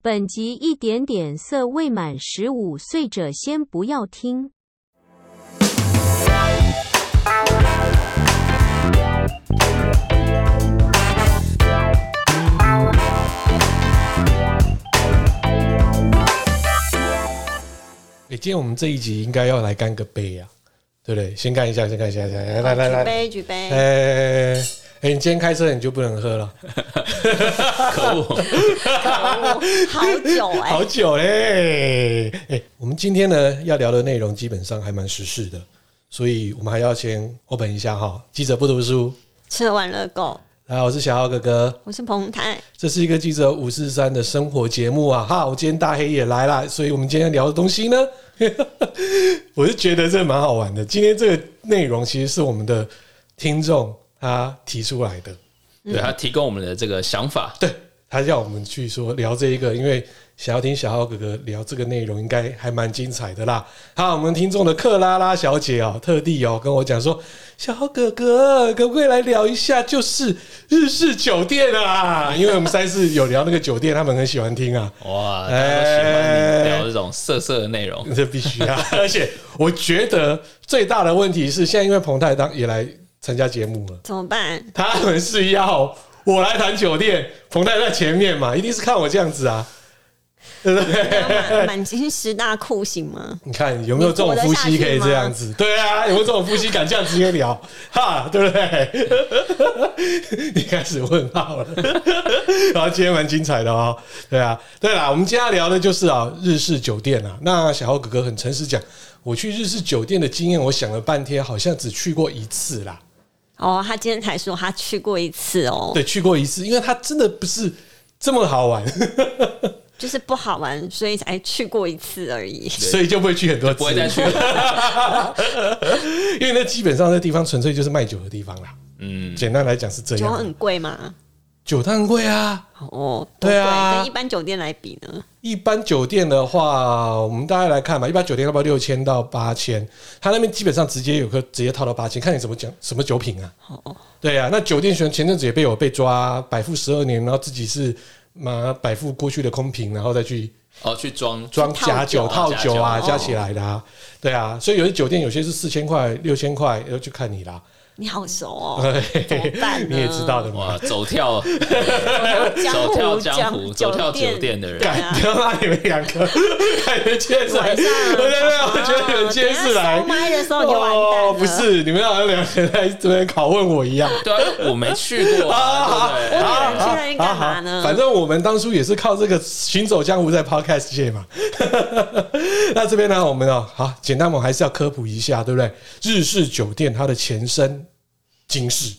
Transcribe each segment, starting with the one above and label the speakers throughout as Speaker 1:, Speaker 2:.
Speaker 1: 本集一点点色未满十五岁者先不要听。
Speaker 2: 诶今天我们这一集应该要来干个杯啊，对不对？先干一下，先干一下，来来来来
Speaker 3: 哦举，杯举杯，
Speaker 2: 哎哎，你今天开车你就不能喝了，
Speaker 4: 可恶！
Speaker 3: 可恶，好久哎、
Speaker 2: 好久嘞。哎，我们今天呢要聊的内容基本上还蛮时事的，所以我们还要先 open 一下哈。记者不读书，
Speaker 3: 吃完了够。
Speaker 2: 大家好，我是小浩哥哥，
Speaker 3: 我是彭泰，
Speaker 2: 这是一个记者五四三的生活节目啊。哈，我今天大黑也来啦，所以我们今天聊的东西呢， 我是觉得这蛮好玩的。今天这个内容其实是我们的听众他提出来的，
Speaker 4: 对他提供我们的这个想法，
Speaker 2: 对他叫我们去说聊这一个，因为想要听小浩哥哥聊这个内容，应该还蛮精彩的啦。好，我们听众的克拉拉小姐哦，特地哦跟我讲说，小浩哥哥可不可以来聊一下，就是日式酒店啊？因为我们上次有聊那个酒店，他们很喜欢听啊。
Speaker 4: 哇，大家都喜欢你聊这种色色的内容，
Speaker 2: 这必须啊！而且我觉得最大的问题是，现在因为彭泰当也来参加节目了，
Speaker 3: 怎么 办？
Speaker 2: 他们是要我来谈酒店，彭泰在前面嘛，一定是看我这样子啊，对不对？
Speaker 3: 要满满清十大酷刑吗？
Speaker 2: 你看有没有这种夫妻可以这样子？对啊，有没有这种夫妻敢这样直接聊？哈，对 不对？你开始问号了。然后今天蛮精彩的哦。对啊，对啦，我们今天要聊的就是啊日式酒店啊。那小豪哥哥很诚实讲，我去日式酒店的经验，我想了半天，好像只去过一次啦。
Speaker 3: 哦，他今天才说他去过一次哦，
Speaker 2: 对，去过一次，因为它真的不是这么好玩，
Speaker 3: 就是不好玩，所以才去过一次而已。
Speaker 2: 所以就不会去很多次，
Speaker 4: 不会再去了。
Speaker 2: 因为那基本上那地方纯粹就是卖酒的地方啦。
Speaker 4: 嗯，
Speaker 2: 简单来讲是这
Speaker 3: 酒
Speaker 2: 样啊，
Speaker 3: 很贵吗？
Speaker 2: 酒当然贵啊。
Speaker 3: 哦，不
Speaker 2: 对啊
Speaker 3: 贵跟一般酒店来比呢，
Speaker 2: 一般酒店的话，我们大概来看嘛，一般酒店要不要六千到八千？他那边基本上直接有个直接套到八千，看你怎么讲什么酒品啊。
Speaker 3: 哦，
Speaker 2: 对啊，那酒店前前阵子也被我被抓百富十二年，然后自己是拿百富过去的空瓶，然后再去
Speaker 4: 哦，去装
Speaker 2: 装
Speaker 3: 套
Speaker 2: 假酒、
Speaker 3: 酒
Speaker 2: 套酒啊，
Speaker 3: 假酒
Speaker 2: 加
Speaker 3: 哦
Speaker 2: 起来的啊。对啊，所以有些酒店有些是四千块、六千块，要就看你啦。
Speaker 3: 你好熟哦，怎么办
Speaker 2: 哎
Speaker 3: 呢？
Speaker 2: 你也知道的嘛。
Speaker 4: 哇，走跳
Speaker 3: 江
Speaker 4: 走
Speaker 3: 湖
Speaker 4: 跳
Speaker 3: 江
Speaker 4: 江湖，走跳酒店的
Speaker 3: 对
Speaker 4: 人，
Speaker 2: 干
Speaker 3: 啊，
Speaker 2: 他妈你们两个， 感觉接着，
Speaker 3: 晚上 啊
Speaker 2: 我觉得我觉得你们今天是来
Speaker 3: 等一下收麦的时候你就完蛋了
Speaker 2: 哦不是，你们好像两个人在这边拷问我一样。
Speaker 4: 对啊，因为我没去 过啊，对不对？
Speaker 3: 好你们去那边干嘛呢
Speaker 2: 啊好好反正我们当初也是靠这个行走江湖在 podcast 界嘛。 那这边呢，我们哦，好，简单，我们还是要科普一下，对不对？日式酒店它的前身金式，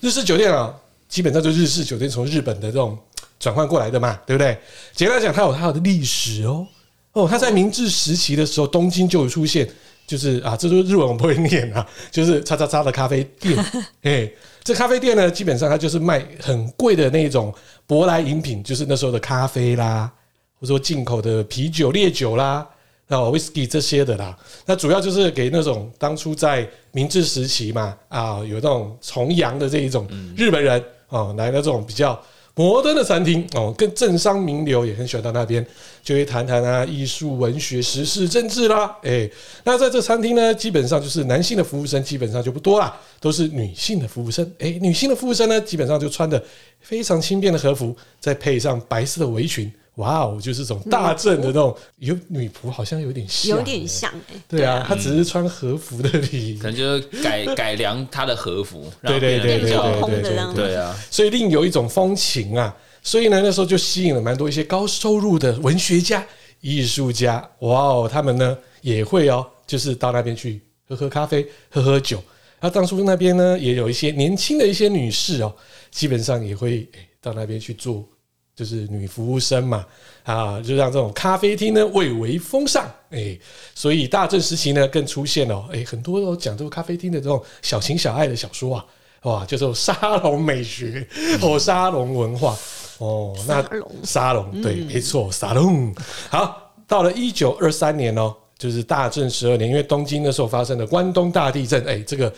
Speaker 2: 日式酒店啊、基本上就是日式酒店从日本的这种转换过来的嘛，对不对？简单来讲，它有它的历史哦。哦，它在明治时期的时候，东京就有出现，就是啊，这都是日文我不会念啊，就是叉叉叉的咖啡 店。哎，这咖啡店呢，基本上它就是卖很贵的那种舶来饮品，就是那时候的咖啡啦，或者说进口的啤酒、烈酒啦，那 whisky 这些的啦。那主要就是给那种当初在明治时期嘛，啊，有那种崇洋的这一种日本人哦，来到这种比较摩登的餐厅哦，跟政商名流也很喜欢到那边，就会谈谈啊艺术、文学、时事、政治啦。哎、那在这餐厅呢，基本上就是男性的服务生基本上就不多啦，都是女性的服务生。哎、女性的服务生呢，基本上就穿的非常轻便的和服，再配上白色的围裙。哇哦，就是这种大正的那种，有女仆好像有点像，
Speaker 3: 有点像哎，
Speaker 2: 对啊，他只是穿和服的礼仪
Speaker 4: 可，能就是改 改良他的和服，
Speaker 2: 对对对对
Speaker 4: 让变得比较
Speaker 3: 空
Speaker 2: 对
Speaker 3: 的这样
Speaker 2: 对
Speaker 3: 子
Speaker 4: 对啊，
Speaker 2: 所以另有一种风情啊。所以呢，那时候就吸引了蛮多一些高收入的文学家、艺术家，哇哦，他们呢也会哦，就是到那边去喝喝咖啡、喝喝酒。那当初那边呢，也有一些年轻的一些女士哦，基本上也会、诶到那边去做，就是女服务生嘛，啊，就让这种咖啡厅呢蔚为风尚，哎、所以大正时期呢，更出现了哎、很多都讲这个咖啡厅的这种小情小爱的小说啊，哇，叫做沙龙美学哦，沙龙文化哦，那
Speaker 3: 沙龙嗯
Speaker 2: 沙龙对，没错，沙龙。好，到了一九二三年哦，就是大正十二年，因为东京那时候发生的关东大地震，哎、这个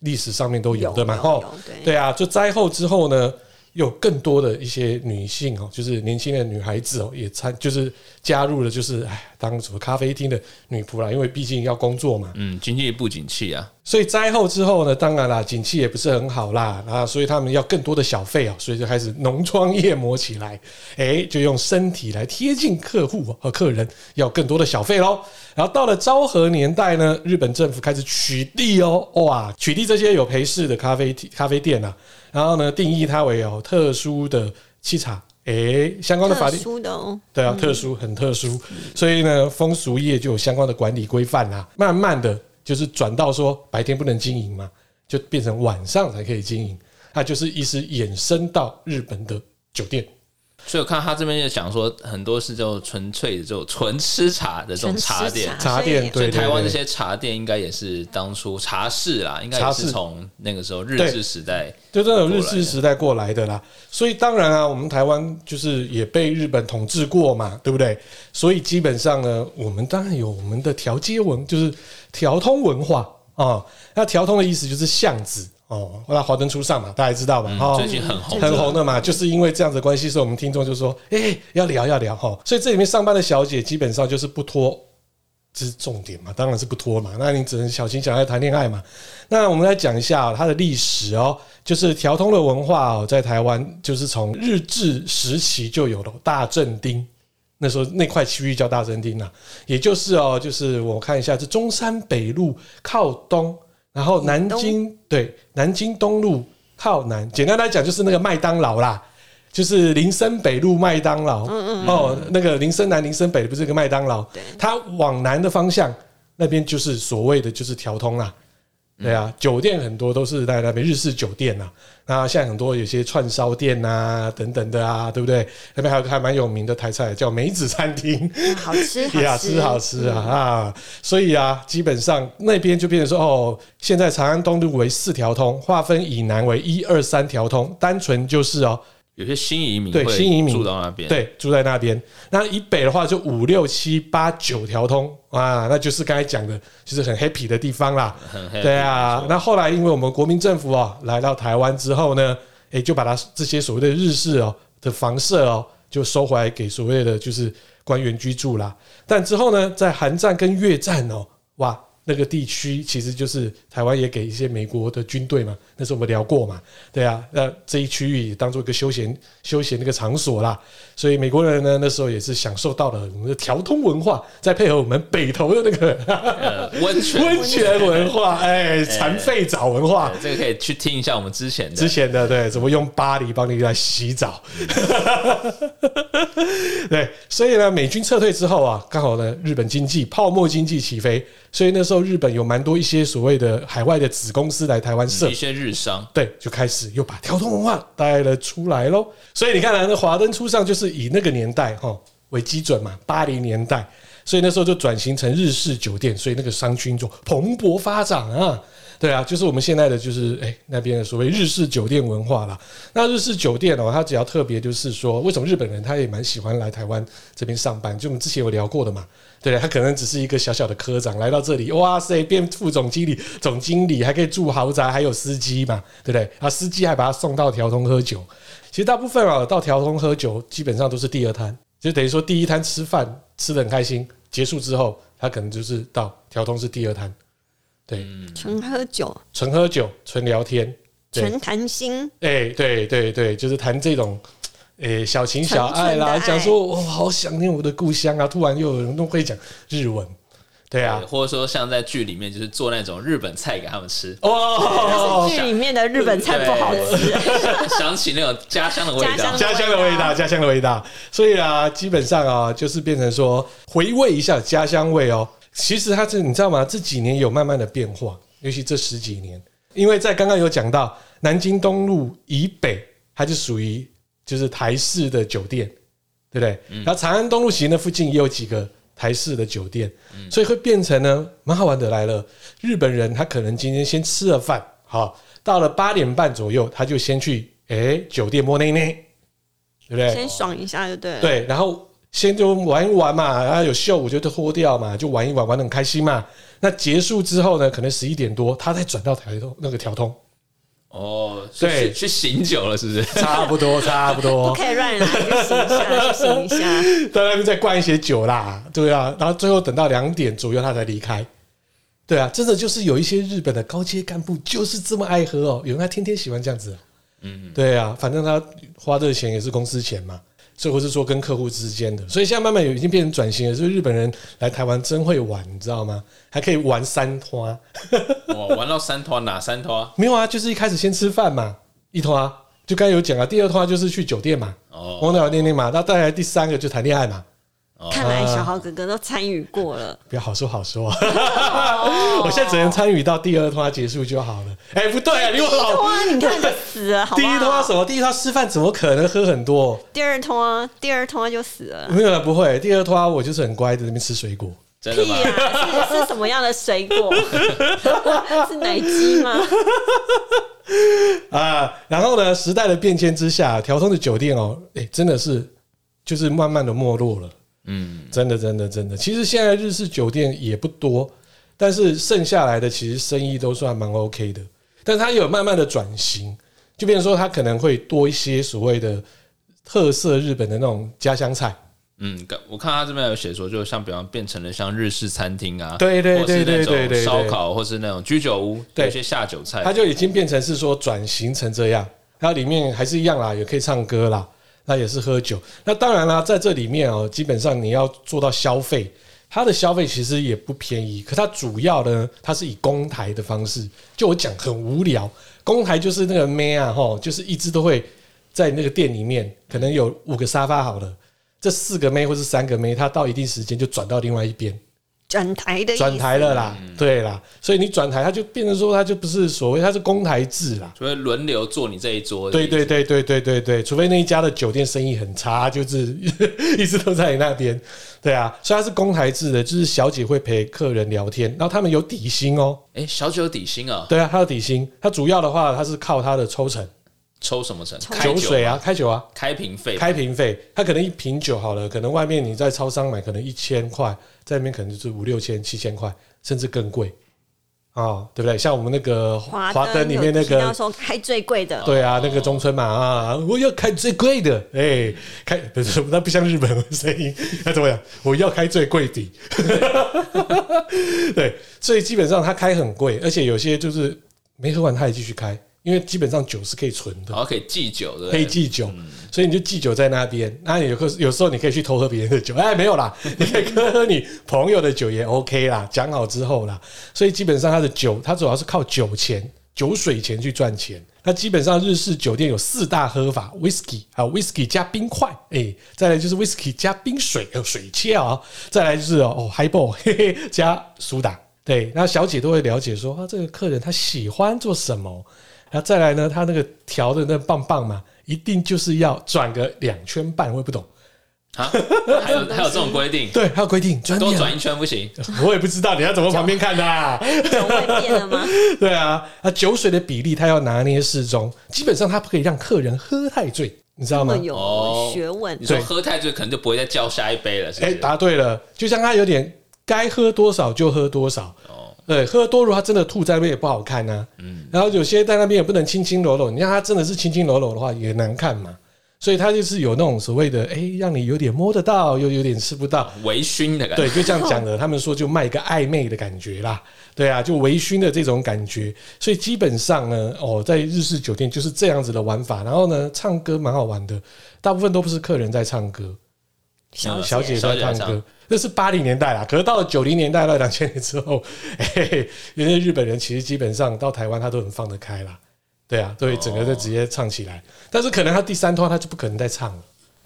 Speaker 2: 历史上面都有的嘛，
Speaker 4: 哦
Speaker 3: 有有
Speaker 2: 吼
Speaker 3: 有对
Speaker 2: 对啊，就灾后之后呢，有更多的一些女性哦，就是年轻的女孩子哦，也参就是加入了，就是哎，当什么咖啡厅的女仆啦，因为毕竟要工作嘛。
Speaker 4: 嗯，经济不景气啊，
Speaker 2: 所以灾后之后呢，当然啦，景气也不是很好啦，啊，所以他们要更多的小费啊、所以就开始浓妆艳抹起来，哎，就用身体来贴近客户哦和客人，要更多的小费喽。然后到了昭和年代呢，日本政府开始取缔哦，哇，取缔这些有陪侍的咖啡咖啡店啊，然后呢，定义它为哦特殊的气场。哎，相关的法
Speaker 3: 特
Speaker 2: 律
Speaker 3: 殊的哦，
Speaker 2: 对啊，特殊很特殊，所以呢，风俗业就有相关的管理规范啦。慢慢的就是转到说白天不能经营嘛，就变成晚上才可以经营，它就是一直衍生到日本的酒店。
Speaker 4: 所以我看他这边就想说，很多是就纯粹的，就纯吃茶的这种
Speaker 3: 纯吃
Speaker 4: 茶店。
Speaker 2: 茶店
Speaker 3: 所以
Speaker 4: 所以
Speaker 2: 对对
Speaker 4: 台湾这些茶店应该也是当初茶室啦，应该也
Speaker 2: 茶室
Speaker 4: 是从那个时候日
Speaker 2: 对
Speaker 4: 治时代
Speaker 2: 就这种日治时代过来的啦。所以当然啊，我们台湾就是也被日本统治过嘛，对不对？所以基本上呢，我们当然有我们的调街文，就是调通文化啊、哦那调通的意思就是巷子哦，那华灯初上嘛，大家知道吧？哦，
Speaker 4: 最近很红，
Speaker 2: 很红的嘛，就是因为这样子的关系，所以我们听众就说，哎、要聊要聊哈。所以这里面上班的小姐基本上就是不脱，这是重点嘛，当然是不脱嘛。那你只能小情小爱谈恋爱嘛。那我们来讲一下、它的历史哦，就是调通的文化哦，在台湾就是从日治时期就有了大正町。那时候那块区域叫大正町啊，也就是哦，就是我看一下，是中山北路靠东，然后南京对南京东路靠南，简单来讲就是那个麦当劳啦，就是林森北路麦当劳，哦，那个林森南、林森北不是有个麦当劳，它往南的方向那边就是所谓的就是调通啦。对啊，酒店很多都是在那边日式酒店啊呐、那现在很多有些串烧店呐、等等的啊，对不对？那边还有个还蛮有名的台菜叫梅子餐厅，
Speaker 3: 嗯好吃，
Speaker 2: 也好
Speaker 3: 好
Speaker 2: 吃好吃啊啊！所以啊，基本上那边就变成说，哦，现在长安东路为四条通，划分以南为一二三条通，单纯就是哦，
Speaker 4: 有些新移民
Speaker 2: 对
Speaker 4: 会
Speaker 2: 新移民
Speaker 4: 住到那边，，
Speaker 2: 对，住在那边。那以北的话，就五六七八九条通啊，那就是刚才讲的，就是很 happy 的地方啦。
Speaker 4: 很 happy
Speaker 2: 对啊，那后来因为我们国民政府哦来到台湾之后呢，诶、就把它这些所谓的日式哦的房舍哦，就收回来给所谓的就是官员居住啦。但之后呢，在韩战跟越战哦，哇，那个地区其实就是台湾也给一些美国的军队嘛，那时候我们聊过嘛，对啊，那这一区域也当做一个休闲休闲那个场所啦。所以美国人呢，那时候也是享受到了我们的调通文化，再配合我们北投的那个
Speaker 4: 呃， 温泉，
Speaker 2: 温泉文化， 哎，残废澡文化
Speaker 4: 呃。这个可以去听一下我们之前
Speaker 2: 之
Speaker 4: 的，
Speaker 2: 前的对，怎么用巴黎帮你来洗澡？ 对，所以呢，美军撤退之后啊，刚好呢，日本经济泡沫经济起飞，所以那时候日本有蛮多一些所谓的海外的子公司来台湾设
Speaker 4: 一些日商，
Speaker 2: 对，就开始又把调通文化带了出来喽。所以你看啊，那华灯初上就是以那个年代哈为基准嘛，八零年代，所以那时候就转型成日式酒店，所以那个商圈就蓬勃发展啊。对啊，就是我们现在的就是哎、那边的所谓日式酒店文化啦。那日式酒店哦，它只要特别就是说，为什么日本人他也蛮喜欢来台湾这边上班？就我们之前有聊过的嘛，对，他可能只是一个小小的科长来到这里，哇塞，变副总经理、总经理，还可以住豪宅，还有司机嘛，对不对？啊，司机还把他送到调通喝酒。其实大部分啊，到调通喝酒基本上都是第二摊，就等于说第一摊吃饭吃的很开心，结束之后他可能就是到调通是第二摊，对，
Speaker 3: 纯喝酒，
Speaker 2: 纯喝酒，纯聊天，对
Speaker 3: 纯谈心，
Speaker 2: 哎、对对对，就是谈这种，哎、小情小爱啦，
Speaker 3: 纯纯的爱
Speaker 2: 讲说我好想念我的故乡啊，突然又有人都会讲日文，对啊
Speaker 4: 对，或者说像在剧里面就是做那种日本菜给他们吃，
Speaker 2: 哦，
Speaker 3: 剧里面的日本菜不好吃，
Speaker 4: 想起那种家乡的味
Speaker 3: 家乡
Speaker 4: 道
Speaker 3: 的。
Speaker 2: 家乡的味道，家乡的味道。所以啊，基本上啊，就是变成说回味一下家乡味哦。其实它这你知道吗？这几年有慢慢的变化，尤其这十几年，因为在刚刚有讲到南京东路以北，它就属于就是台式的酒店，对不对？然后长安东路其实那附近也有几个台式的酒店，所以会变成呢，蛮好玩的来了。日本人他可能今天先吃了饭，好，到了八点半左右，他就先去诶酒店摸内内，对不对？
Speaker 3: 先爽一下就对了。
Speaker 2: 对，然后先就玩一玩嘛，然后有秀我就脱掉嘛，就玩一玩，玩的很开心嘛。那结束之后呢，可能十一点多，他再转到台通那个调通，
Speaker 4: 哦，
Speaker 2: 对
Speaker 4: 对，去醒酒了是不是？
Speaker 2: 差不多，差不多
Speaker 3: 不可以乱
Speaker 2: 哦
Speaker 3: 来，就醒一下，就醒一 下。
Speaker 2: 在那边再灌一些酒啦，对啊，然后最后等到两点左右他才离开。对啊，真的就是有一些日本的高阶干部就是这么爱喝哦，有人他天天喜欢这样子、嗯，对啊，反正他花这个钱也是公司钱嘛，所以或是说跟客户之间的，所以现在慢慢有已经变成转型了，所以日本人来台湾真会玩，你知道吗？还可以玩三花，
Speaker 4: 哇，玩到三拖哪三拖？
Speaker 2: 没有啊，就是一开始先吃饭嘛，一拖啊，就刚才有讲啊，第二拖就是去酒店嘛，
Speaker 4: 哦
Speaker 2: 网友恋恋嘛，那再来第三个就谈恋爱嘛，
Speaker 3: 看来小豪哥哥都参与过了，
Speaker 2: 不要好说好说，
Speaker 3: 哦
Speaker 2: 我现在只能参与到第二拖结束就好了。哎、不对啊，你我老
Speaker 3: 哇，你看就死了，好不
Speaker 2: 第一拖
Speaker 3: 好？
Speaker 2: 什么？第一拖吃饭怎么可能喝很多？
Speaker 3: 第二通，第二通就死了。
Speaker 2: 没有了，不会。第二拖我就是很乖的，那边吃水果。
Speaker 4: 真的
Speaker 3: 屁
Speaker 4: 吗？
Speaker 3: 啊！是是什么样的水 果？是奶鸡吗？
Speaker 2: 啊、然后呢，时代的变迁之下，调通的酒店哦，哎、真的是就是慢慢的没落了。嗯，真的，真的，真的。其实现在日式酒店也不多，但是剩下来的其实生意都算蛮 OK 的。但是它有慢慢的转型，就变成说它可能会多一些所谓的特色日本的那种家乡菜。
Speaker 4: 嗯，刚我看他这边有写说，就像比方变成了像日式餐厅啊，
Speaker 2: 对对
Speaker 4: 或是
Speaker 2: 对对
Speaker 4: 那种
Speaker 2: 对对对
Speaker 4: 烧烤，或是那种居酒屋，
Speaker 2: 对
Speaker 4: 有一些下酒菜
Speaker 2: 它，就已经变成是说转型成这样，它里面还是一样啦，也可以唱歌啦，那也是喝酒。那当然啦，在这里面哦，基本上你要做到消费，它的消费其实也不便宜，可它主要呢，它是以公台的方式，就我讲很无聊，公台就是那个妹啊，吼，就是一直都会在那个店里面，可能有五个沙发好了。这四个妹或是三个妹，她到一定时间就转到另外一边，
Speaker 3: 转台的意思
Speaker 2: 转台了啦，
Speaker 4: 嗯
Speaker 2: 对啦，所以你转台，它就变成说，它就不是所谓，它是公台制啦，
Speaker 4: 就会轮流坐你这一桌。
Speaker 2: 对对对对对对对，除非那一家的酒店生意很差， 就是一直都在你那边。对啊，所以它是公台制的，就是小姐会陪客人聊天，然后他们有底薪哦。
Speaker 4: 哎，小酒底薪啊，
Speaker 2: 对啊，他有底薪，他主要的话他是靠他的抽成，
Speaker 4: 抽什么成？开
Speaker 2: 酒
Speaker 4: 吗
Speaker 2: 水啊，开酒啊，
Speaker 4: 开瓶费吧，
Speaker 2: 开瓶费，他可能一瓶酒好了，可能外面你在超商买可能一千块，在那边可能就是五六千、七千块，甚至更贵啊、哦，对不对？像我们那个
Speaker 3: 华
Speaker 2: 华灯里面那
Speaker 3: 有提到哦
Speaker 2: 个
Speaker 3: 说开最贵的，
Speaker 2: 对啊，那个中村嘛啊，我要开最贵的，哎、开不是那不像日本的声音，那怎么样？我要开最贵的， 对，所以基本上他开很贵，而且有些就是没喝完他也继续开，因为基本上酒是可以存的
Speaker 4: 然，哦后可以祭酒的，
Speaker 2: 可以忌酒，所以你就忌酒在那边。那你有个有时候你可以去偷喝别人的酒，哎，没有啦，你可以喝喝你朋友的酒也 OK 啦，讲好之后啦。所以基本上他的酒，他主要是靠酒钱、酒水钱去赚钱。那基本上日式酒店有四大喝法：whisky 还有 whisky 加冰块，哎、再来就是 whisky 加冰水，还有水切啊、再来就是哦哦 highball 嘿嘿加苏打。对，那小姐都会了解说啊，这个客人他喜欢做什么，然后再来呢，他那个调的那棒棒嘛，一定就是要转个两圈半，我也不懂。
Speaker 4: 啊， 还有还有这种规定，
Speaker 2: 对，还有规定转
Speaker 4: 多
Speaker 2: 两
Speaker 4: 转一圈不行，
Speaker 2: 我也不知道你要怎么旁边看的、 啊。
Speaker 3: 酒味变了吗？
Speaker 2: 对啊，啊，酒水的比例它要拿捏适中，基本上它不可以让客人喝太醉，你知道
Speaker 3: 这
Speaker 2: 吗
Speaker 3: 么？有
Speaker 4: 哦
Speaker 3: 学问
Speaker 4: 你，说
Speaker 2: 对
Speaker 4: 喝太醉可能就不会再叫下一杯了，是不
Speaker 2: 哎、
Speaker 4: 是？
Speaker 2: 答对了，就像他有点该喝多少就喝多少。
Speaker 4: 哦
Speaker 2: 对，喝多如果他真的吐在那边也不好看呐、嗯，然后有些在那边也不能轻轻柔柔，你让他真的是轻轻柔柔的话也难看嘛。所以他就是有那种所谓的，哎、让你有点摸得到，又有点吃不到，
Speaker 4: 微醺的感觉，
Speaker 2: 对，就这样讲的。他们说就卖一个暧昧的感觉啦，对啊，就微醺的这种感觉。所以基本上呢，哦，在日式酒店就是这样子的玩法。然后呢，唱歌蛮好玩的，大部分都不是客人在唱歌，
Speaker 3: 小
Speaker 2: 嗯小姐在唱
Speaker 4: 小姐在
Speaker 2: 歌
Speaker 4: 唱。
Speaker 2: 那是八零年代啦，可是到了九零年代到两千年之后， 嘿嘿，因为日本人其实基本上到台湾他都很放得开啦，对啊，对，整个就直接唱起来。但是可能他第三段他就不可能再唱了。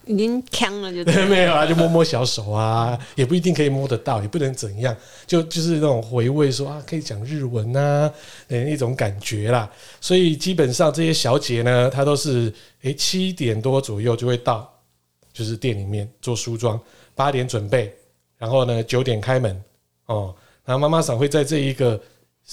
Speaker 3: 已经呛了，就对了
Speaker 2: 没有啊，就摸摸小手啊，也不一定可以摸得到，也不能怎样，就就是那种回味说啊，可以讲日文啊，的那种感觉啦。所以基本上这些小姐呢，她都是诶七点多左右就会到，就是店里面做梳妆，八点准备，然后呢九点开门哦。然后妈妈桑会在这一个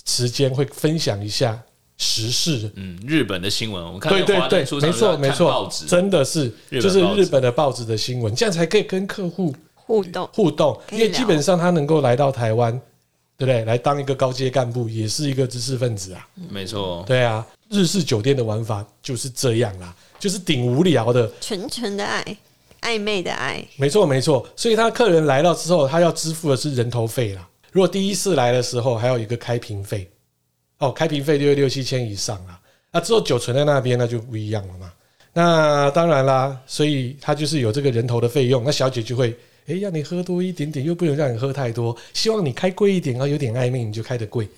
Speaker 2: 时间会分享一下时事，
Speaker 4: 嗯，日本的新闻，我看
Speaker 2: 对
Speaker 4: 那个
Speaker 2: 对
Speaker 4: 华灯初
Speaker 2: 对，
Speaker 4: 上
Speaker 2: 没
Speaker 4: 就要
Speaker 2: 错
Speaker 4: 看
Speaker 2: 没
Speaker 4: 报
Speaker 2: 错
Speaker 4: 纸，
Speaker 2: 真的是
Speaker 4: 日本
Speaker 2: 就是
Speaker 4: 报纸
Speaker 2: 日本的报纸的新闻，这样才可以跟客户
Speaker 3: 互动。
Speaker 2: 互动，
Speaker 3: 可
Speaker 2: 因
Speaker 3: 以
Speaker 2: 为基本上他能够来到台湾，对不对？来当一个高阶干部，也是一个知识分子啊。
Speaker 4: 没错，
Speaker 2: 对啊，日式酒店的玩法就是这样啦，就是顶无聊的。
Speaker 3: 纯纯的爱，暧昧的爱，
Speaker 2: 没错，没错。所以他客人来到之后，他要支付的是人头费啦。如果第一次来的时候，还有一个开瓶费，哦，开瓶费就会六七千以上啦。那、之后酒存在那边，那就不一样了嘛。那当然啦，所以他就是有这个人头的费用，那小姐就会。诶，让你喝多一点点，又不能让你喝太多，希望你开贵一点，然后有点暧昧，你就开的贵，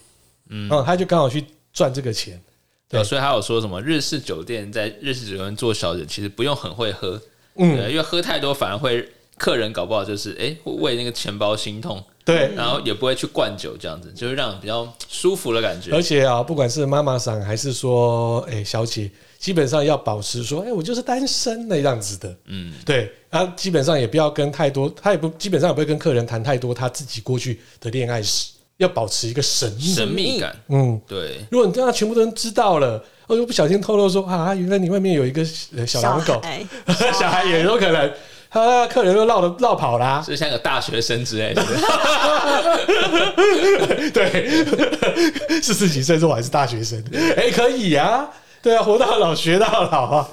Speaker 2: 嗯，哦，他就刚好去赚这个钱，对
Speaker 4: 对，所以他有说什么日式酒店在日式酒店做小姐，其实不用很会喝，嗯，因为喝太多反而会客人搞不好就是哎、会为那个钱包心痛，
Speaker 2: 对，
Speaker 4: 然后也不会去灌酒这样子，就是让人比较舒服的感觉
Speaker 2: 而。且啊，不管是妈妈桑还是说，哎、小姐，基本上要保持说，哎、我就是单身那样子的，
Speaker 4: 嗯，
Speaker 2: 对。啊，基本上也不要跟太多，她也不基本上也不会跟客人谈太多她自己过去的恋爱史，要保持一个神秘。
Speaker 4: 神秘感，
Speaker 2: 嗯，
Speaker 4: 对，
Speaker 2: 如果你让他全部都知道了，哦，又不小心透露说啊，原来你外面有一个呃小狼狗，
Speaker 3: 孩
Speaker 2: 小孩也有可能，他客人都绕的绕跑啦、
Speaker 4: 是像个大学生之 类的，
Speaker 2: 对，四十几岁之后还是大学生，哎、可以啊，对啊，活到老学到老啊。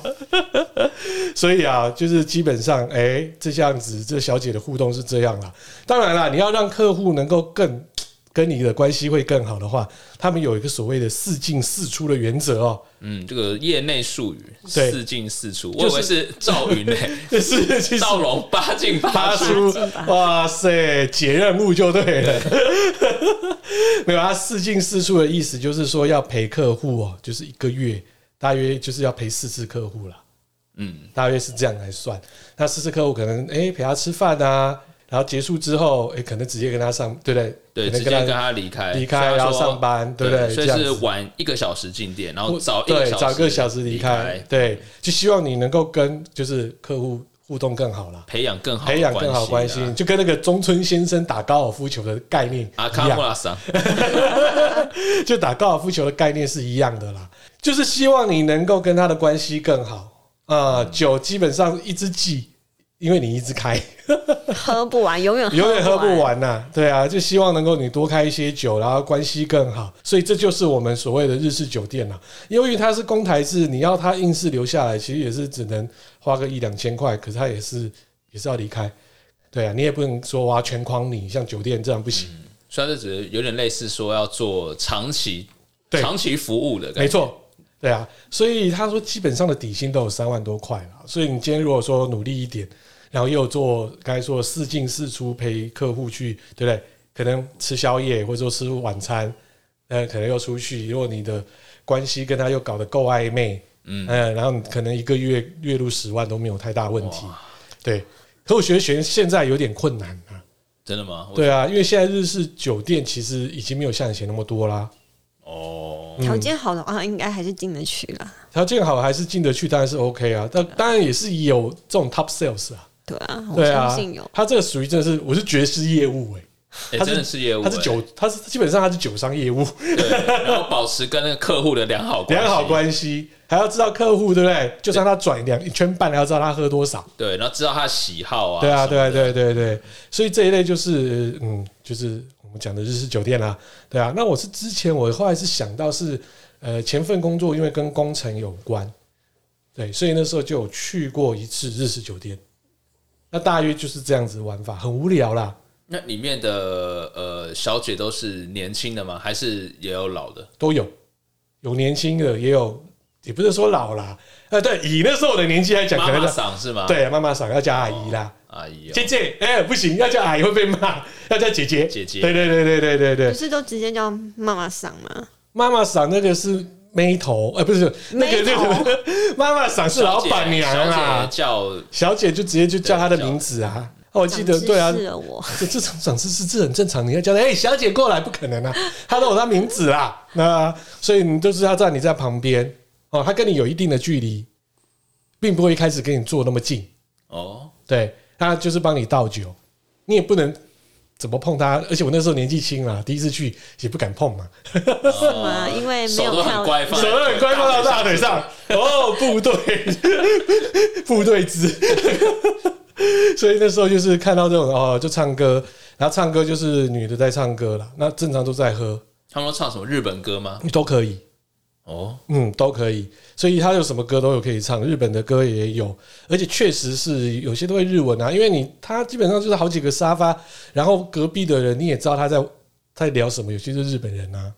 Speaker 2: 所以啊，就是基本上，哎、这样子，这小姐的互动是这样啦。当然啦，你要让客户能够更跟你的关系会更好的话，他们有一个所谓的四进四出的原则哦、
Speaker 4: 嗯，这个业内术语
Speaker 2: 对
Speaker 4: 四进四出，
Speaker 2: 就
Speaker 4: 我
Speaker 2: 是
Speaker 4: 以为是 赵云诶，
Speaker 2: 这 是其实
Speaker 4: 赵龙八进
Speaker 2: 八
Speaker 4: 八出，
Speaker 2: 出，哇塞，解任务就对了。 没有，他四进四出的意思就是说要陪客户哦，就是一个月大约就是要陪四次客户啦，
Speaker 4: 嗯，
Speaker 2: 大约是这样来算。那四次客户可能哎、陪他吃饭啊，然后结束之后哎、可能直接跟他上对不对？
Speaker 4: 对，
Speaker 2: 可能
Speaker 4: 直接跟
Speaker 2: 跟
Speaker 4: 他离开，
Speaker 2: 离开
Speaker 4: 所以他
Speaker 2: 然后
Speaker 4: 说
Speaker 2: 上班对
Speaker 4: 对
Speaker 2: 不对
Speaker 4: 所以
Speaker 2: 这样
Speaker 4: 是
Speaker 2: 子
Speaker 4: 晚一个小时进店，然后早一个
Speaker 2: 对
Speaker 4: 小时
Speaker 2: 早一个小时离开，，对，就希望你能够跟就是客户互动更好啦。
Speaker 4: 培养更好的
Speaker 2: 培养更好关
Speaker 4: 关
Speaker 2: 系
Speaker 4: 系，啊。
Speaker 2: 就跟那个中村先生打高尔夫球的概念
Speaker 4: 阿
Speaker 2: 一
Speaker 4: 卡
Speaker 2: 样
Speaker 4: 莫，拉桑，
Speaker 2: 就打高尔夫球的概念是一样的啦，就是希望你能够跟他的关系更好啊、
Speaker 4: 嗯
Speaker 2: 酒基本上一支记，因为你一直开，
Speaker 3: 喝 不完，永远
Speaker 2: 永远喝不
Speaker 3: 完。
Speaker 2: 完呐、对啊，就希望能够你多开一些酒，然后关系更好。所以这就是我们所谓的日式酒店啦、由于它是公台制，你要他硬是留下来，其实也是只能花个一两千块，可是他也是也是要离开。对啊，你也不能说哇全框你，像酒店这样不行。
Speaker 4: 虽然这只是有点类似说要做长期
Speaker 2: 对
Speaker 4: 长期服务的感觉，
Speaker 2: 没错，对啊，所以他说基本上的底薪都有三万多块了，所以你今天如果说努力一点，然后又有做刚才说的四进四出陪客户去，对不对？可能吃宵夜或者说吃晚餐，呃，可能又出去，如果你的关系跟他又搞得够暧昧，嗯、然后你可能一个月月入十万都没有太大问题，对。可我觉得学现在有点困难啊，
Speaker 4: 真的吗？我
Speaker 2: 对啊，因为现在日式酒店其实已经没有像以前那么多啦。
Speaker 4: 哦，
Speaker 2: 嗯
Speaker 3: 条件好的话，应该还是进得去啦。
Speaker 2: 条件好还是进得去，当然是 OK 啊。但当然也是有这种 top sales 啊，
Speaker 3: 对啊，我
Speaker 2: 对
Speaker 3: 相
Speaker 2: 啊
Speaker 3: 信有，。
Speaker 2: 他这个属于真的是我是绝师业务哎、
Speaker 4: 哎
Speaker 2: 他是
Speaker 4: 真的是业务，
Speaker 2: 他是
Speaker 4: 哎
Speaker 2: 酒，他是基本上他是酒商业务，
Speaker 4: 对，然后保持跟那个客户的良好
Speaker 2: 良好
Speaker 4: 系，
Speaker 2: 关系，还要知道客户对不对？就算他转两一圈半，还要知道他喝多少。
Speaker 4: 对，然后知道他的喜好啊，
Speaker 2: 对啊，对
Speaker 4: 什
Speaker 2: 啊，
Speaker 4: 么
Speaker 2: 对啊
Speaker 4: 的
Speaker 2: 对啊对啊，所以这一类就是嗯，就是我们讲的日式酒店啦、对啊。那我是之前我后来是想到是呃前份工作因为跟工程有关，对，所以那时候就有去过一次日式酒店，那大约就是这样子玩法，很无聊啦。
Speaker 4: 那里面的呃小姐都是年轻的吗？还是也有老的？
Speaker 2: 都有，有年轻的，也有，也不是说老啦，呃，对，以那时候我的年纪来讲，
Speaker 4: 妈
Speaker 2: 可能
Speaker 4: 妈
Speaker 2: 是
Speaker 4: 嗓是吗？，
Speaker 2: 对妈妈桑要叫阿姨啦，
Speaker 4: 阿姨哦
Speaker 2: 姐姐，哎、不行，要叫阿姨会被骂，要叫姐姐，
Speaker 4: 姐姐
Speaker 2: 对对对对对对对
Speaker 3: 不，是都直接叫妈妈桑吗？
Speaker 2: 妈妈桑那个是妹头，呃，不是那个
Speaker 3: 妹头
Speaker 2: 那个 妈妈桑是老板娘
Speaker 4: 小姐小
Speaker 2: 啊
Speaker 4: 姐，叫
Speaker 2: 小姐就直接就叫她的名字啊。哦我记得对啊
Speaker 3: 长，知识了 我
Speaker 2: 这这种长知识是很正常，你要叫她哎、小姐过来，不可能啊，她都有她名字啦。那所以你就是要在你在旁边哦，她跟你有一定的距离，并不会一开始跟你坐那么近，
Speaker 4: 哦，
Speaker 2: 对，她就是帮你倒酒，你也不能怎么碰她，而且我那时候年纪轻啦，第一次去也不敢碰嘛，
Speaker 3: 是吗？因为哎没
Speaker 4: 手
Speaker 3: 有
Speaker 4: 都
Speaker 3: 看
Speaker 4: 很乖，放在
Speaker 2: 手都很乖，放到大腿上。哦，部队，部队姿。 所以那时候就是看到这种哦，就唱歌，然后唱歌就是女的在唱歌了，那正常都在喝，
Speaker 4: 他们都唱什么日本歌吗？
Speaker 2: 都可以，
Speaker 4: 哦，
Speaker 2: 嗯，都可以。所以他有什么歌都有可以唱，日本的歌也有，而且确实是有些都会日文啊，因为你他基本上就是好几个沙发，然后隔壁的人你也知道他在他在聊什么，有些就是日本人啊，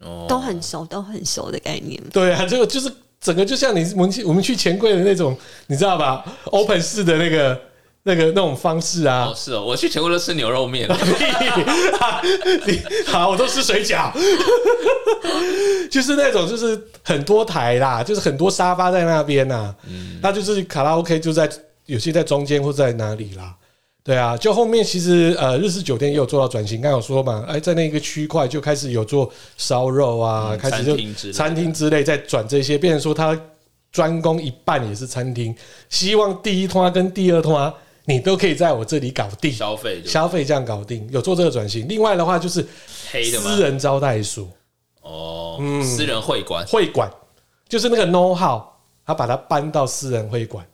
Speaker 4: 哦，
Speaker 3: 都很熟，都很熟的概念。
Speaker 2: 对啊，这个就是整个就像你我们去我们去钱柜的那种，你知道吧？open 式的那个那个那种方式啊，
Speaker 4: 哦是哦，我去全国都吃牛肉 面，
Speaker 2: 你好，我都吃水饺， 就是那种就是很多台啦，就是很多沙发在那边呐、
Speaker 4: 嗯
Speaker 2: 那就是卡拉 OK 就在有些在中间或在哪里啦。对啊，就后面其实呃，日式酒店也有做到转型，刚刚有说嘛，哎，在那个区块就开始有做烧肉啊，
Speaker 4: 嗯
Speaker 2: 开始就
Speaker 4: 餐厅之类的
Speaker 2: 餐厅之类在转这些，变成说他专攻一半也是餐厅，希望第一通跟第二通你都可以在我这里搞定，
Speaker 4: 消费就
Speaker 2: 消费这样搞定，有做这个转型。另外的话就是嗯
Speaker 4: 黑的吗
Speaker 2: 私？人招待所
Speaker 4: 哦，私人会馆
Speaker 2: 会馆，就是那个 know how，他把它搬到私人会馆。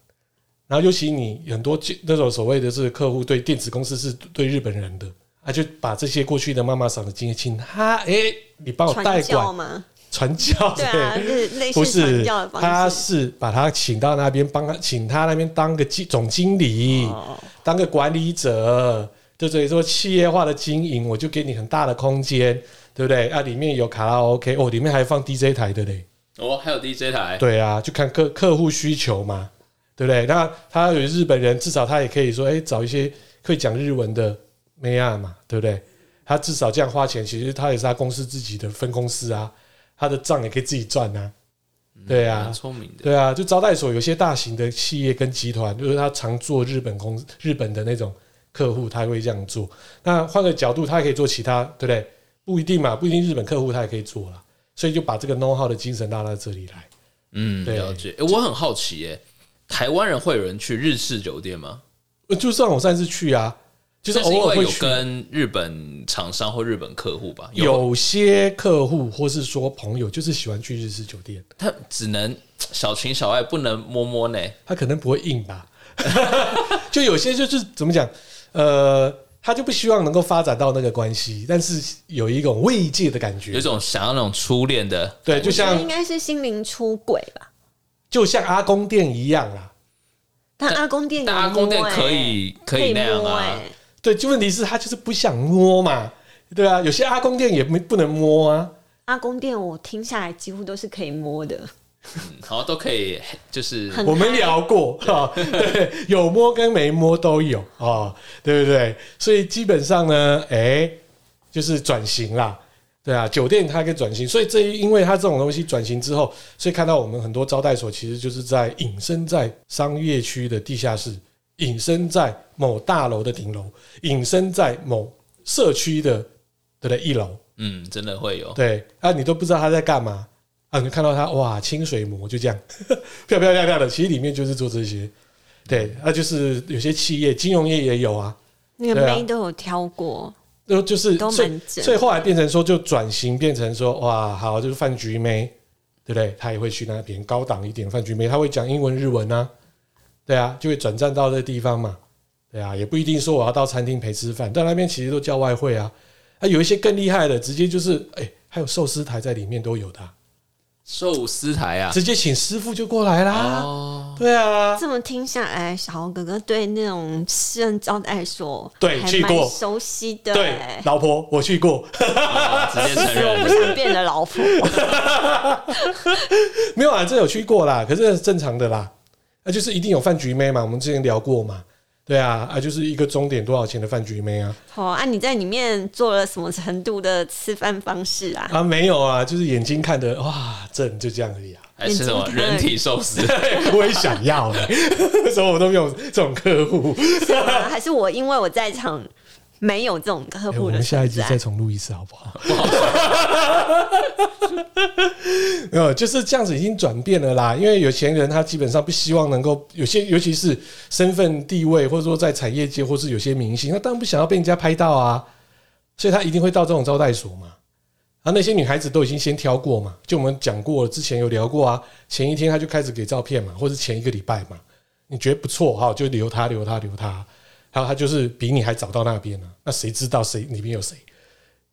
Speaker 2: 然后尤其你很多那种所谓的是客户对电子公司是对日本人的，他就把这些过去的妈妈桑的经验，请他哎、你帮我代
Speaker 3: 传教
Speaker 2: 管
Speaker 3: 吗？
Speaker 2: 传教，
Speaker 3: 对啊，就是类
Speaker 2: 不
Speaker 3: 似传
Speaker 2: 是
Speaker 3: 教的，
Speaker 2: 他
Speaker 3: 方式。
Speaker 2: 是把他请到那边帮他，请他那边当个经总经理，
Speaker 3: 哦
Speaker 2: 当个管理者，就等于说企业化的经营，我就给你很大的空间，对不对？啊，里面有卡拉 OK，哦，里面还放 DJ 台的嘞，
Speaker 4: 哦，还有 DJ 台，
Speaker 2: 对啊，就看客客户需求嘛，对不对？那他有日本人，至少他也可以说，哎，找一些会讲日文的妹啊嘛，对不对？他至少这样花钱，其实他也是他公司自己的分公司啊，他的账也可以自己赚啊，对啊
Speaker 4: 蛮，聪明的。
Speaker 2: 对啊，就招待所有些大型的企业跟集团，就是他常做日本公日本的那种客户，他会这样做。那换个角度，他也可以做其他，对不对？不一定嘛，不一定日本客户他也可以做啦。所以就把这个 know how 的精神拉到这里来。
Speaker 4: 嗯，
Speaker 2: 对
Speaker 4: 了解。诶我很好奇，耶，台湾人会有人去日式酒店吗？
Speaker 2: 呃就算我上次去啊，就是
Speaker 4: 但是因
Speaker 2: 偶尔
Speaker 4: 为
Speaker 2: 会
Speaker 4: 有
Speaker 2: 去，
Speaker 4: 跟日本厂商或日本客户吧，
Speaker 2: 有些客户或是说朋友就是喜欢去日式酒店，
Speaker 4: 他只能小情小爱，不能摸摸呢。
Speaker 2: 他可能不会硬吧。 就有些就是怎么讲，呃，他就不希望能够发展到那个关系，但是有一种慰藉的感觉
Speaker 4: 有一。种想要那种初恋的，
Speaker 2: 对，就
Speaker 3: 这应
Speaker 2: 像
Speaker 3: 该是心灵出轨吧？
Speaker 2: 就像阿公店一样啦。
Speaker 3: 但阿公店有
Speaker 4: 但阿公店
Speaker 3: 摸欸
Speaker 4: 可以可以那样
Speaker 3: 摸
Speaker 4: 啊
Speaker 3: 欸，
Speaker 2: 对，就问题是他就是不想摸嘛，对啊，有些阿公店也没不能摸啊。
Speaker 3: 阿公店我听下来几乎都是可以摸的，
Speaker 4: 嗯好像都可以，就是
Speaker 3: 很
Speaker 2: 我们聊过啊，对，有摸跟没摸都有啊，对不对？所以基本上呢，哎、就是转型啦，对啊，酒店它跟转型，所以这一因为它这种东西转型之后，所以看到我们很多招待所其实就是在隐身在商业区的地下室，隐身在某大楼的顶楼，隐身在某社区的对不对一楼，
Speaker 4: 嗯，真的会 有。
Speaker 2: 对啊，你都不知道他在干嘛啊，你就看到他哇，清水模就这样 漂漂亮亮的，其实里面就是做这些。对，那、就是有些企业，金融业也有啊，
Speaker 3: 那个
Speaker 2: 对啊
Speaker 3: 妹都有挑过，
Speaker 2: 就就是
Speaker 3: 都蛮
Speaker 2: 所以
Speaker 3: 正
Speaker 2: 所以后来变成说就转型变成说哇，好就是饭局妹，对不对？他也会去那边高档一点的饭局妹，他会讲英文、日文啊，对啊，就会转战到这个地方嘛，对啊，也不一定说我要到餐厅陪吃饭，但那边其实都叫外汇啊，啊，有一些更厉害的，直接就是哎、还有寿司台在里面都有的啊、
Speaker 4: 寿司台 啊，
Speaker 2: 直接请师傅就过来啦。
Speaker 4: 哦，
Speaker 2: 对啊，
Speaker 3: 这么听下来，小豪哥哥对那种私人招待所
Speaker 2: 对
Speaker 3: 还
Speaker 2: 去过
Speaker 3: 蛮熟悉的、
Speaker 2: 对
Speaker 3: 欸，，
Speaker 2: 老婆，我去过，
Speaker 4: 直接承
Speaker 3: 我不
Speaker 4: 认。
Speaker 3: 想变得老婆，
Speaker 2: 没有啊，这有去过啦，可是这是正常的啦，那、就是一定有饭局妹嘛，我们之前聊过嘛，对啊，啊，就是一个钟点多少钱的饭局妹啊，
Speaker 3: 好啊！你在里面做了什么程度的吃饭方式啊？
Speaker 2: 啊，没有啊，就是眼睛看的哇，正就这样而已啊，
Speaker 4: 还是什么人体寿司？
Speaker 2: 我也想要欸 嘞、所以我都没有这种客户。
Speaker 3: 是吗 还是我因为我在场没有这种客
Speaker 2: 哎
Speaker 3: 户
Speaker 2: 我
Speaker 3: 的
Speaker 2: 们下一
Speaker 3: 存
Speaker 2: 集
Speaker 3: 在？
Speaker 2: 再重录一次好 不好？没有，呃就是这样子已经转变了啦。因为有钱人他基本上不希望能够有些，尤其是身份地位，或者说在产业界，或是有些明星，他当然不想要被人家拍到啊，所以他一定会到这种招待所嘛。啊，那些女孩子都已经先挑过嘛，就我们讲过，之前有聊过啊。前一天他就开始给照片嘛，或者前一个礼拜嘛，你觉得不错哈，就留他留他留他，还有他就是比你还早到那边呢、啊那谁知道谁里面有谁？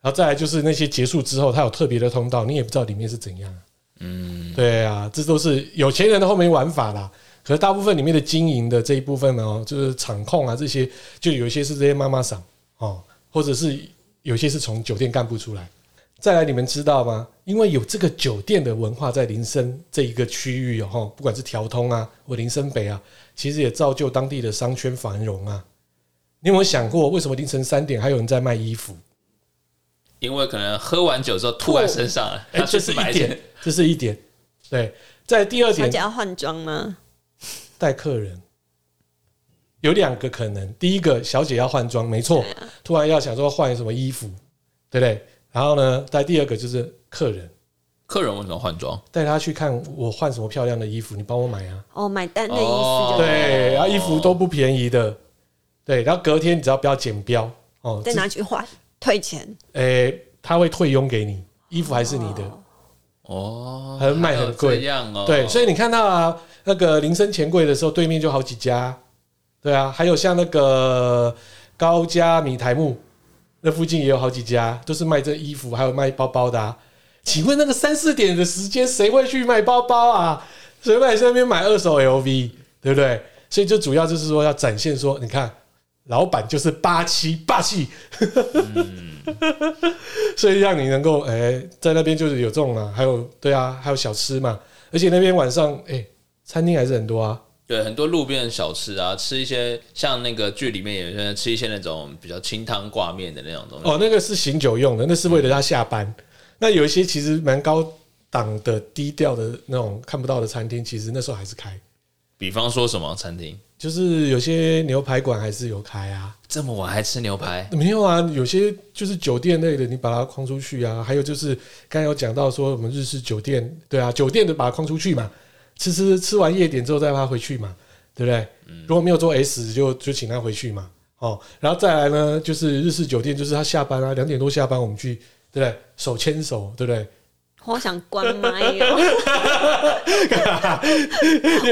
Speaker 2: 然后再来就是那些结束之后，他有特别的通道，你也不知道里面是怎样。嗯，对啊，这都是有钱人的后面玩法啦。可是大部分里面的经营的这一部分呢、哦，就是场控啊这些，就有一些是这些妈妈桑哦，或者是有些是从酒店干部出来。再来，你们知道吗？因为有这个酒店的文化在林森这一个区域哦，吼不管是调通啊或林森北啊，其实也造就当地的商圈繁荣啊。你有没有想过，为什么凌晨三点还有人在卖衣服？
Speaker 4: 因为可能喝完酒之后吐在身上了，
Speaker 2: 哎、
Speaker 4: 他
Speaker 2: 这
Speaker 4: 就是啊是
Speaker 2: 一
Speaker 4: 买一
Speaker 2: 点
Speaker 4: 件，
Speaker 2: 这是一点。对，在第二
Speaker 3: 小
Speaker 2: 点
Speaker 3: 姐要换装吗？
Speaker 2: 带客人，有两个可能。第一个，小姐要换装，没错，
Speaker 3: 啊
Speaker 2: 突然要想说换什么衣服，对不对？然后呢，在第二个就是客人
Speaker 4: 客人为什么换装？
Speaker 2: 带他去看我换什么漂亮的衣服，你帮我买啊。
Speaker 3: 哦，买单的意思
Speaker 4: 哦
Speaker 3: 就是
Speaker 2: 对，啊然后衣服都不便宜的，对，然后隔天你只要不要剪标哦，
Speaker 3: 再拿去换，退钱。
Speaker 2: 诶、他会退佣给你，衣服还是你的，
Speaker 4: 哦，
Speaker 2: 还卖很贵
Speaker 4: 还有这样哦。
Speaker 2: 对，所
Speaker 4: 以
Speaker 2: 以你看到啊，那个林森钱柜的时候，对面就好几家，对啊，还有像那个高家米台木，那附近也有好几家，都是卖这衣服，还有卖包包的、啊。请问那个三四点的时间，谁会去卖包包啊？谁会在那边买二手 LV，对不对？所以就主要就是说要展现说，你看老板就是霸气霸气，所以让你能够哎、在那边就是有这种啊，还有对啊，还有小吃嘛，而且那边晚上哎、餐厅还是很多啊，
Speaker 4: 对很多路边的小吃啊，吃一些像那个剧里面有些人吃一些那种比较清汤挂面的那种东西。
Speaker 2: 哦，那个是醒酒用的，那是为了他下班。那有一些其实蛮高档的、低调的那种看不到的餐厅，其实那时候还是开，
Speaker 4: 比方说什么餐厅
Speaker 2: 就是有些牛排馆还是有开啊。
Speaker 4: 这么晚还吃牛排，
Speaker 2: 没有啊，有些就是酒店类的，你把它框出去啊。还有就是刚才有讲到说我们日式酒店，对啊，酒店的把它框出去嘛，吃吃吃完夜点之后再让他回去嘛，对不对？如果没有做 S 就就请他回去嘛。哦，然后再来呢，就是日式酒店，就是他下班啊，两点多下班，我们去，对不对？手牵手，对不对？
Speaker 3: 我想关麦哦、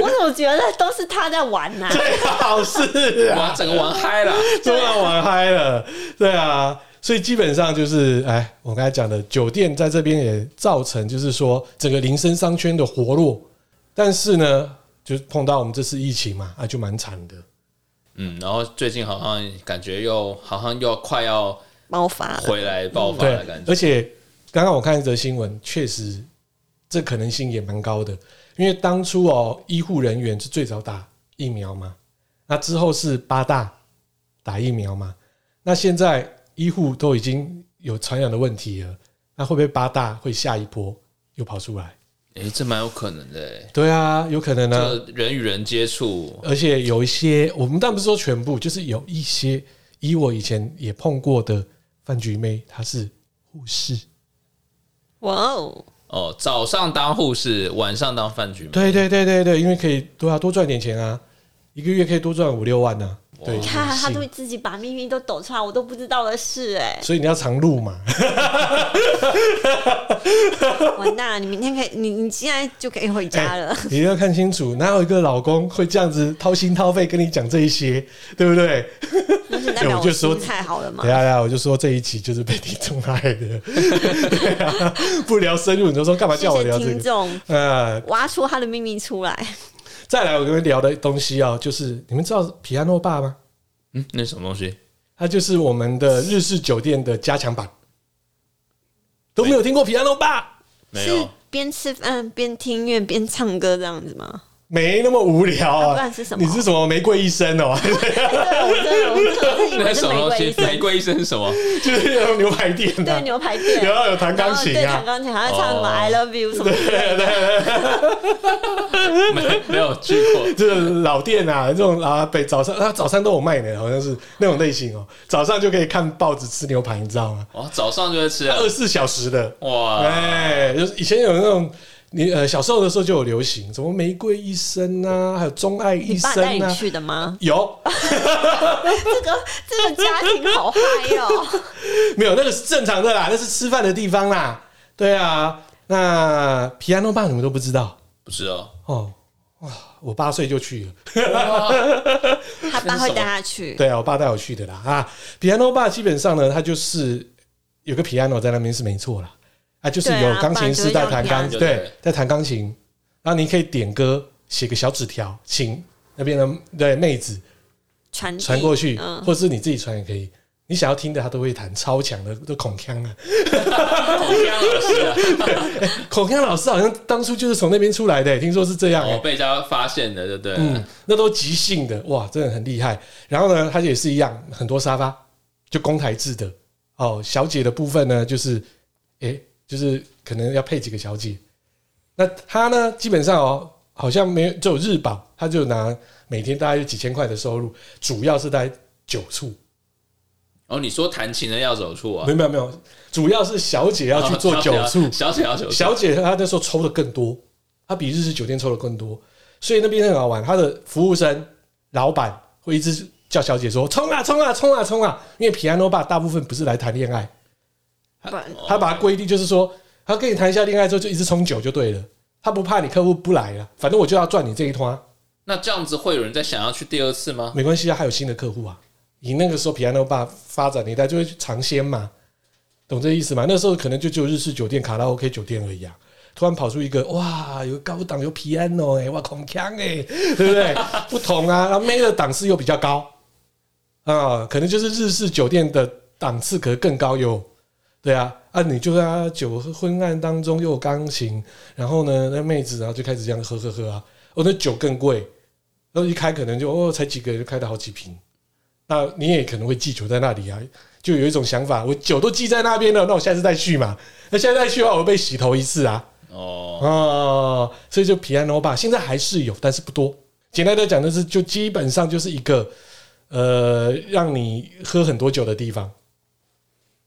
Speaker 3: 我怎么觉得都是他在玩啊呢、
Speaker 2: 最好是啊，
Speaker 4: 哇，整个玩嗨了。
Speaker 2: 都要玩嗨了，对啊，所以基本上就是，哎，我刚才讲的，酒店在这边也造成就是说整个林森商圈的活络，但是呢，就碰到我们这次疫情嘛，啊，就蛮惨的。
Speaker 4: 嗯，然后最近好像感觉又好像又快要
Speaker 3: 爆发了，
Speaker 4: 回来爆发
Speaker 2: 对
Speaker 4: 的感，觉。
Speaker 2: 而且刚刚我看一则新闻，确实这可能性也蛮高的，因为当初哦，医护人员是最早打疫苗嘛，那之后是八大打疫苗嘛，那现在医护都已经有传染的问题了，那会不会八大会下一波又跑出来？
Speaker 4: 哎、这蛮有可能的、欸。
Speaker 2: 对啊，有可能啊。
Speaker 4: 这人与人接触，
Speaker 2: 而且有一些，我们但不是说全部，就是有一些，以我以前也碰过的饭局妹，她是护士，
Speaker 3: 哇哦！
Speaker 4: 哦，早上当护士，晚上当饭局嘛。
Speaker 2: 对对对对对，因为可以对啊，多赚点钱啊，一个月可以多赚五六万呢、啊。对，
Speaker 3: 你看
Speaker 2: 女
Speaker 3: 他
Speaker 2: 性
Speaker 3: 都自己把秘密都抖出来，我都不知道的事 哎、
Speaker 2: 所以你要常录嘛，
Speaker 3: 完蛋了！你明天可以，你你现在就可以回家 了。
Speaker 2: 你一定要看清楚，哪有一个老公会这样子掏心掏肺跟你讲这一些，对不对？
Speaker 3: 那是代表
Speaker 2: 哎我就
Speaker 3: 我
Speaker 2: 说
Speaker 3: 心态好了嘛
Speaker 2: 等一？下，等一下，我就说这一期就是被 听众害的，对啊，不聊深入，你就说干嘛
Speaker 3: 谢
Speaker 2: 叫我
Speaker 3: 谢
Speaker 2: 聊这
Speaker 3: 听
Speaker 2: 个？
Speaker 3: 众
Speaker 2: 呃，
Speaker 3: 挖出他的秘密出来。
Speaker 2: 再来我跟你们聊的东西啊、就是你们知道皮亚诺爸吗？
Speaker 4: 嗯，那是什么东西？
Speaker 2: 它就是我们的日式酒店的加强版，都没有听过皮亚诺爸。
Speaker 4: 没
Speaker 3: 是
Speaker 4: 有，
Speaker 3: 边吃饭嗯边听音乐边唱歌这样子吗？
Speaker 2: 没那么无聊
Speaker 3: 啊
Speaker 2: 啊！
Speaker 3: 不然是什么
Speaker 2: 你是什么玫瑰医生哦？
Speaker 3: 对， 我真的，我真的是以
Speaker 4: 那
Speaker 3: 为
Speaker 4: 是
Speaker 3: 是
Speaker 4: 什
Speaker 3: 玫
Speaker 4: 么东
Speaker 3: 瑰
Speaker 4: 西
Speaker 3: 医？生
Speaker 4: 玫瑰医生是什么？
Speaker 2: 就是有牛排店的、
Speaker 3: 对
Speaker 2: 啊，
Speaker 3: 牛排店，
Speaker 2: 然后有弹钢琴
Speaker 3: 然后对
Speaker 2: 啊
Speaker 3: 弹钢琴，还要唱什么
Speaker 4: 哦
Speaker 3: I love you 什么之类的，
Speaker 4: 没没有去 过。
Speaker 2: 就是老店啊，这种啊北早上啊早上都有卖的，好像是那种类型哦。早上就可以看报纸吃牛排，你知道吗？
Speaker 4: 哦，早上就会吃啊
Speaker 2: 二。十四小时的，
Speaker 4: 啊哇，
Speaker 2: 哎，就是以前有那种。你呃小时候的时候就有流行什么玫瑰医生啊，还有钟爱医
Speaker 3: 你爸带
Speaker 2: 生
Speaker 3: 你
Speaker 2: 啊，
Speaker 3: 去的 吗？
Speaker 2: 有
Speaker 3: 这个这个家庭好嗨哦！
Speaker 2: 没有那个是正常的啦，那是吃饭的地方啦，对啊。那皮亚诺爸你们都不知道，
Speaker 4: 不是哦，
Speaker 2: 哦，哇，我八岁就去了。
Speaker 3: 他爸会带他去，
Speaker 2: 对啊，我爸带我去的啦啊。piano bar 基本上呢，它就是有个 piano 在那边是没错啦，啊，就是
Speaker 3: 对
Speaker 2: 有
Speaker 3: 啊
Speaker 2: 钢琴师在弹
Speaker 3: 不然
Speaker 2: 钢，
Speaker 4: 就
Speaker 2: 对
Speaker 4: 是用 piano 对
Speaker 2: 在弹钢琴，然后你可以点歌，写个小纸条，请那边的对妹子
Speaker 3: 传递
Speaker 2: 传过去，
Speaker 3: 嗯，
Speaker 2: 或是你自己传也可以。你想要听的，他都会弹，超强的，都孔锵啊！
Speaker 4: 同样老师 啊，
Speaker 2: 孔锵老师好像当初就是从那边出来的、听说是这样、欸
Speaker 4: 我。哦被人家发现的，对不对？
Speaker 2: 嗯，那都即兴的，哇，真的很厉害。然后呢，它也是一样，很多沙发就公台制的哦。小姐的部分呢，就是诶、就是可能要配几个小姐。那他呢，基本上哦，好像没有，只有日保，他就拿每天大概有几千块的收入，主要是在酒处，
Speaker 4: 哦，你说弹琴的要走处啊
Speaker 2: 没，有没有没有，主要是哦小姐要去做酒处，
Speaker 4: 小姐要酒处，
Speaker 2: 小姐她那时候抽的更多，她比日式酒店抽的更多，所以那边很好玩。她的服务生、老板会一直叫小姐说：“冲啊，冲啊，冲啊，冲啊！”因为 piano bar 大部分不是来谈恋爱，
Speaker 3: 不然
Speaker 4: 哦
Speaker 2: 他把它规定就是说，他跟你谈一下恋爱之后就一直冲酒就对了，他不怕你客户不来了，反正我就要赚你这一摊，啊
Speaker 4: 那这样子会有人再想要去第二次吗？
Speaker 2: 没关系啊，还有新的客户啊。你那个时候 piano bar 发展年代就会去尝鲜嘛，懂这意思吗？那时候可能就只有日式酒店、卡拉 OK 酒店而已啊。突然跑出一个哇，有高档有 piano 哎、哇孔腔哎，对不对？不同啊，然后妹的档次又比较高啊、可能就是日式酒店的档次可能更高哟。对啊，啊，你就在他酒昏暗当中又有钢琴，然后呢，那妹子然后就开始这样喝喝喝啊，哦，那酒更贵，然后一开可能就哦，才几个就开了好几瓶，那你也可能会记酒在那里啊，就有一种想法，我酒都记在那边了，那我下次再去嘛，那下次再去的话，我会被洗头一次啊，
Speaker 4: 哦，
Speaker 2: 哦，所以就 piano bar 现在还是有，但是不多。简单的讲，就是就基本上就是一个呃，让你喝很多酒的地方。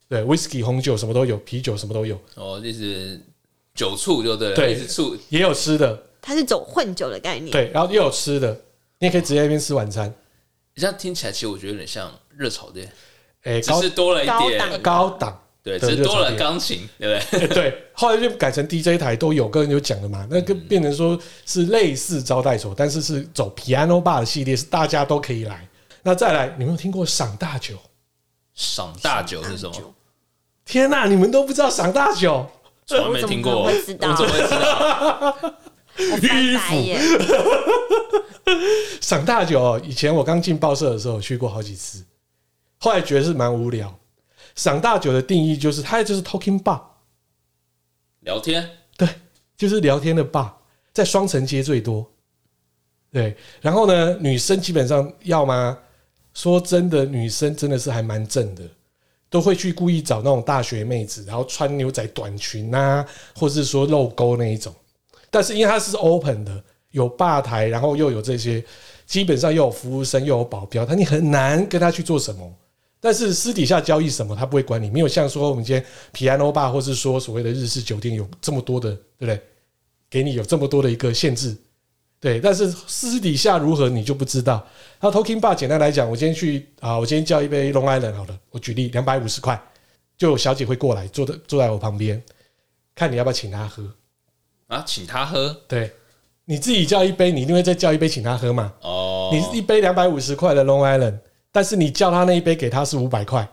Speaker 2: 对，whisky 红酒什么都有，啤酒什么都有，
Speaker 4: 哦，就是酒醋就对了，
Speaker 2: 对
Speaker 4: 是醋
Speaker 2: 也有吃的，
Speaker 3: 他是走混酒的概念，
Speaker 2: 对，然后也有吃的，你也可以直接在那边吃晚餐。
Speaker 4: 这样听起来，其实我觉得有点像热炒店，
Speaker 2: 哎、
Speaker 4: 只
Speaker 2: 高
Speaker 4: 是多了一
Speaker 3: 高档
Speaker 4: 点，
Speaker 2: 高档，
Speaker 4: 对，
Speaker 2: 对
Speaker 4: 只是多
Speaker 2: 热炒
Speaker 4: 了
Speaker 2: 店
Speaker 4: 钢琴，对不对？
Speaker 2: 哎对，后来就改成 DJ 台都有，跟人有讲的嘛，那个变成说是类似招待所，但是是走 piano bar 的系列，是大家都可以来。那再来，你有没有听过赏大酒？
Speaker 4: 赏大酒是什么？
Speaker 2: 天呐、你们都不知道赏大酒，
Speaker 4: 从来没听过，
Speaker 3: 我怎么可能会知道
Speaker 4: 我怎么会知道？
Speaker 3: 我翻白眼，
Speaker 2: 赏大酒哦。以前我刚进报社的时候去过好几次，后来觉得是蛮无聊。赏大酒的定义就是，它就是 talking bar，
Speaker 4: 聊天
Speaker 2: 对，就是聊天的 bar，在双城街最多。对，然后呢，女生基本上要吗？说真的，女生真的是还蛮正的，都会去故意找那种大学妹子，然后穿牛仔短裙啊，或是说露沟那一种。但是因为它是 open 的，有吧台，然后又有这些，基本上又有服务生，又有保镖，他你很难跟他去做什么。但是私底下交易什么，他不会管你，没有像说我们今天 piano bar 或是说所谓的日式酒店有这么多的，对不对？给你有这么多的一个限制，对。但是私底下如何你就不知道。那 talking bar 简单来讲，我今天去啊，我今天叫一杯 Long Island 好了，我举例两百五十块，就有小姐会过来坐的坐在我旁边，看你要不要请她喝。
Speaker 4: 啊，请他喝
Speaker 2: 对，你自己叫一杯，你一定会再叫一杯请他喝嘛。
Speaker 4: 哦，
Speaker 2: 你一杯两百五十块的 Long Island，但是你叫他那一杯给他是五百块，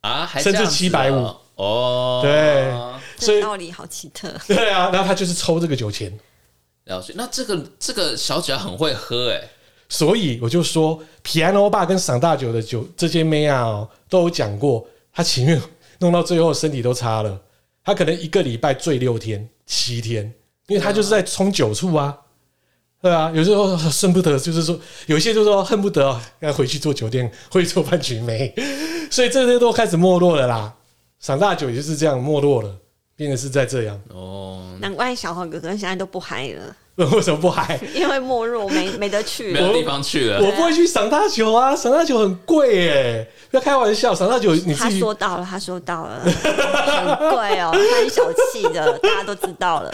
Speaker 4: 啊，还
Speaker 2: 甚至
Speaker 4: 这样子啊
Speaker 2: 750
Speaker 4: 哦，
Speaker 2: 对所
Speaker 3: 这
Speaker 2: 以
Speaker 3: 道理好奇特，
Speaker 2: 对 啊，然后他就是抽这个酒钱。
Speaker 4: 了解。那这个这个小姐很会喝哎，
Speaker 2: 所以我就说，piano bar 跟赏大酒的酒这些妹啊、哦，都有讲过，她情愿弄到最后身体都差了，她可能一个礼拜醉六天、七天，因为她就是在冲酒醋啊。对啊，有时候恨不得就是说，有些就说恨不得哦要回去做酒店，会做饭局妹，所以这些都开始没落了啦。赏大酒也就是这样没落了，变成是在这样，
Speaker 4: 哦，
Speaker 3: 难怪小黄哥哥现在都不嗨了，
Speaker 2: 为什么不嗨？
Speaker 3: 因为没入没没得去
Speaker 4: 没有
Speaker 3: 了，
Speaker 4: 地方去
Speaker 3: 啊
Speaker 4: 了，
Speaker 2: 我不会去赏大酒啊，赏大酒很贵耶、不要开玩笑，赏大酒你自
Speaker 3: 他
Speaker 2: 己
Speaker 3: 说到了，他说到了，很贵哦，他很小气的，大家都知道了。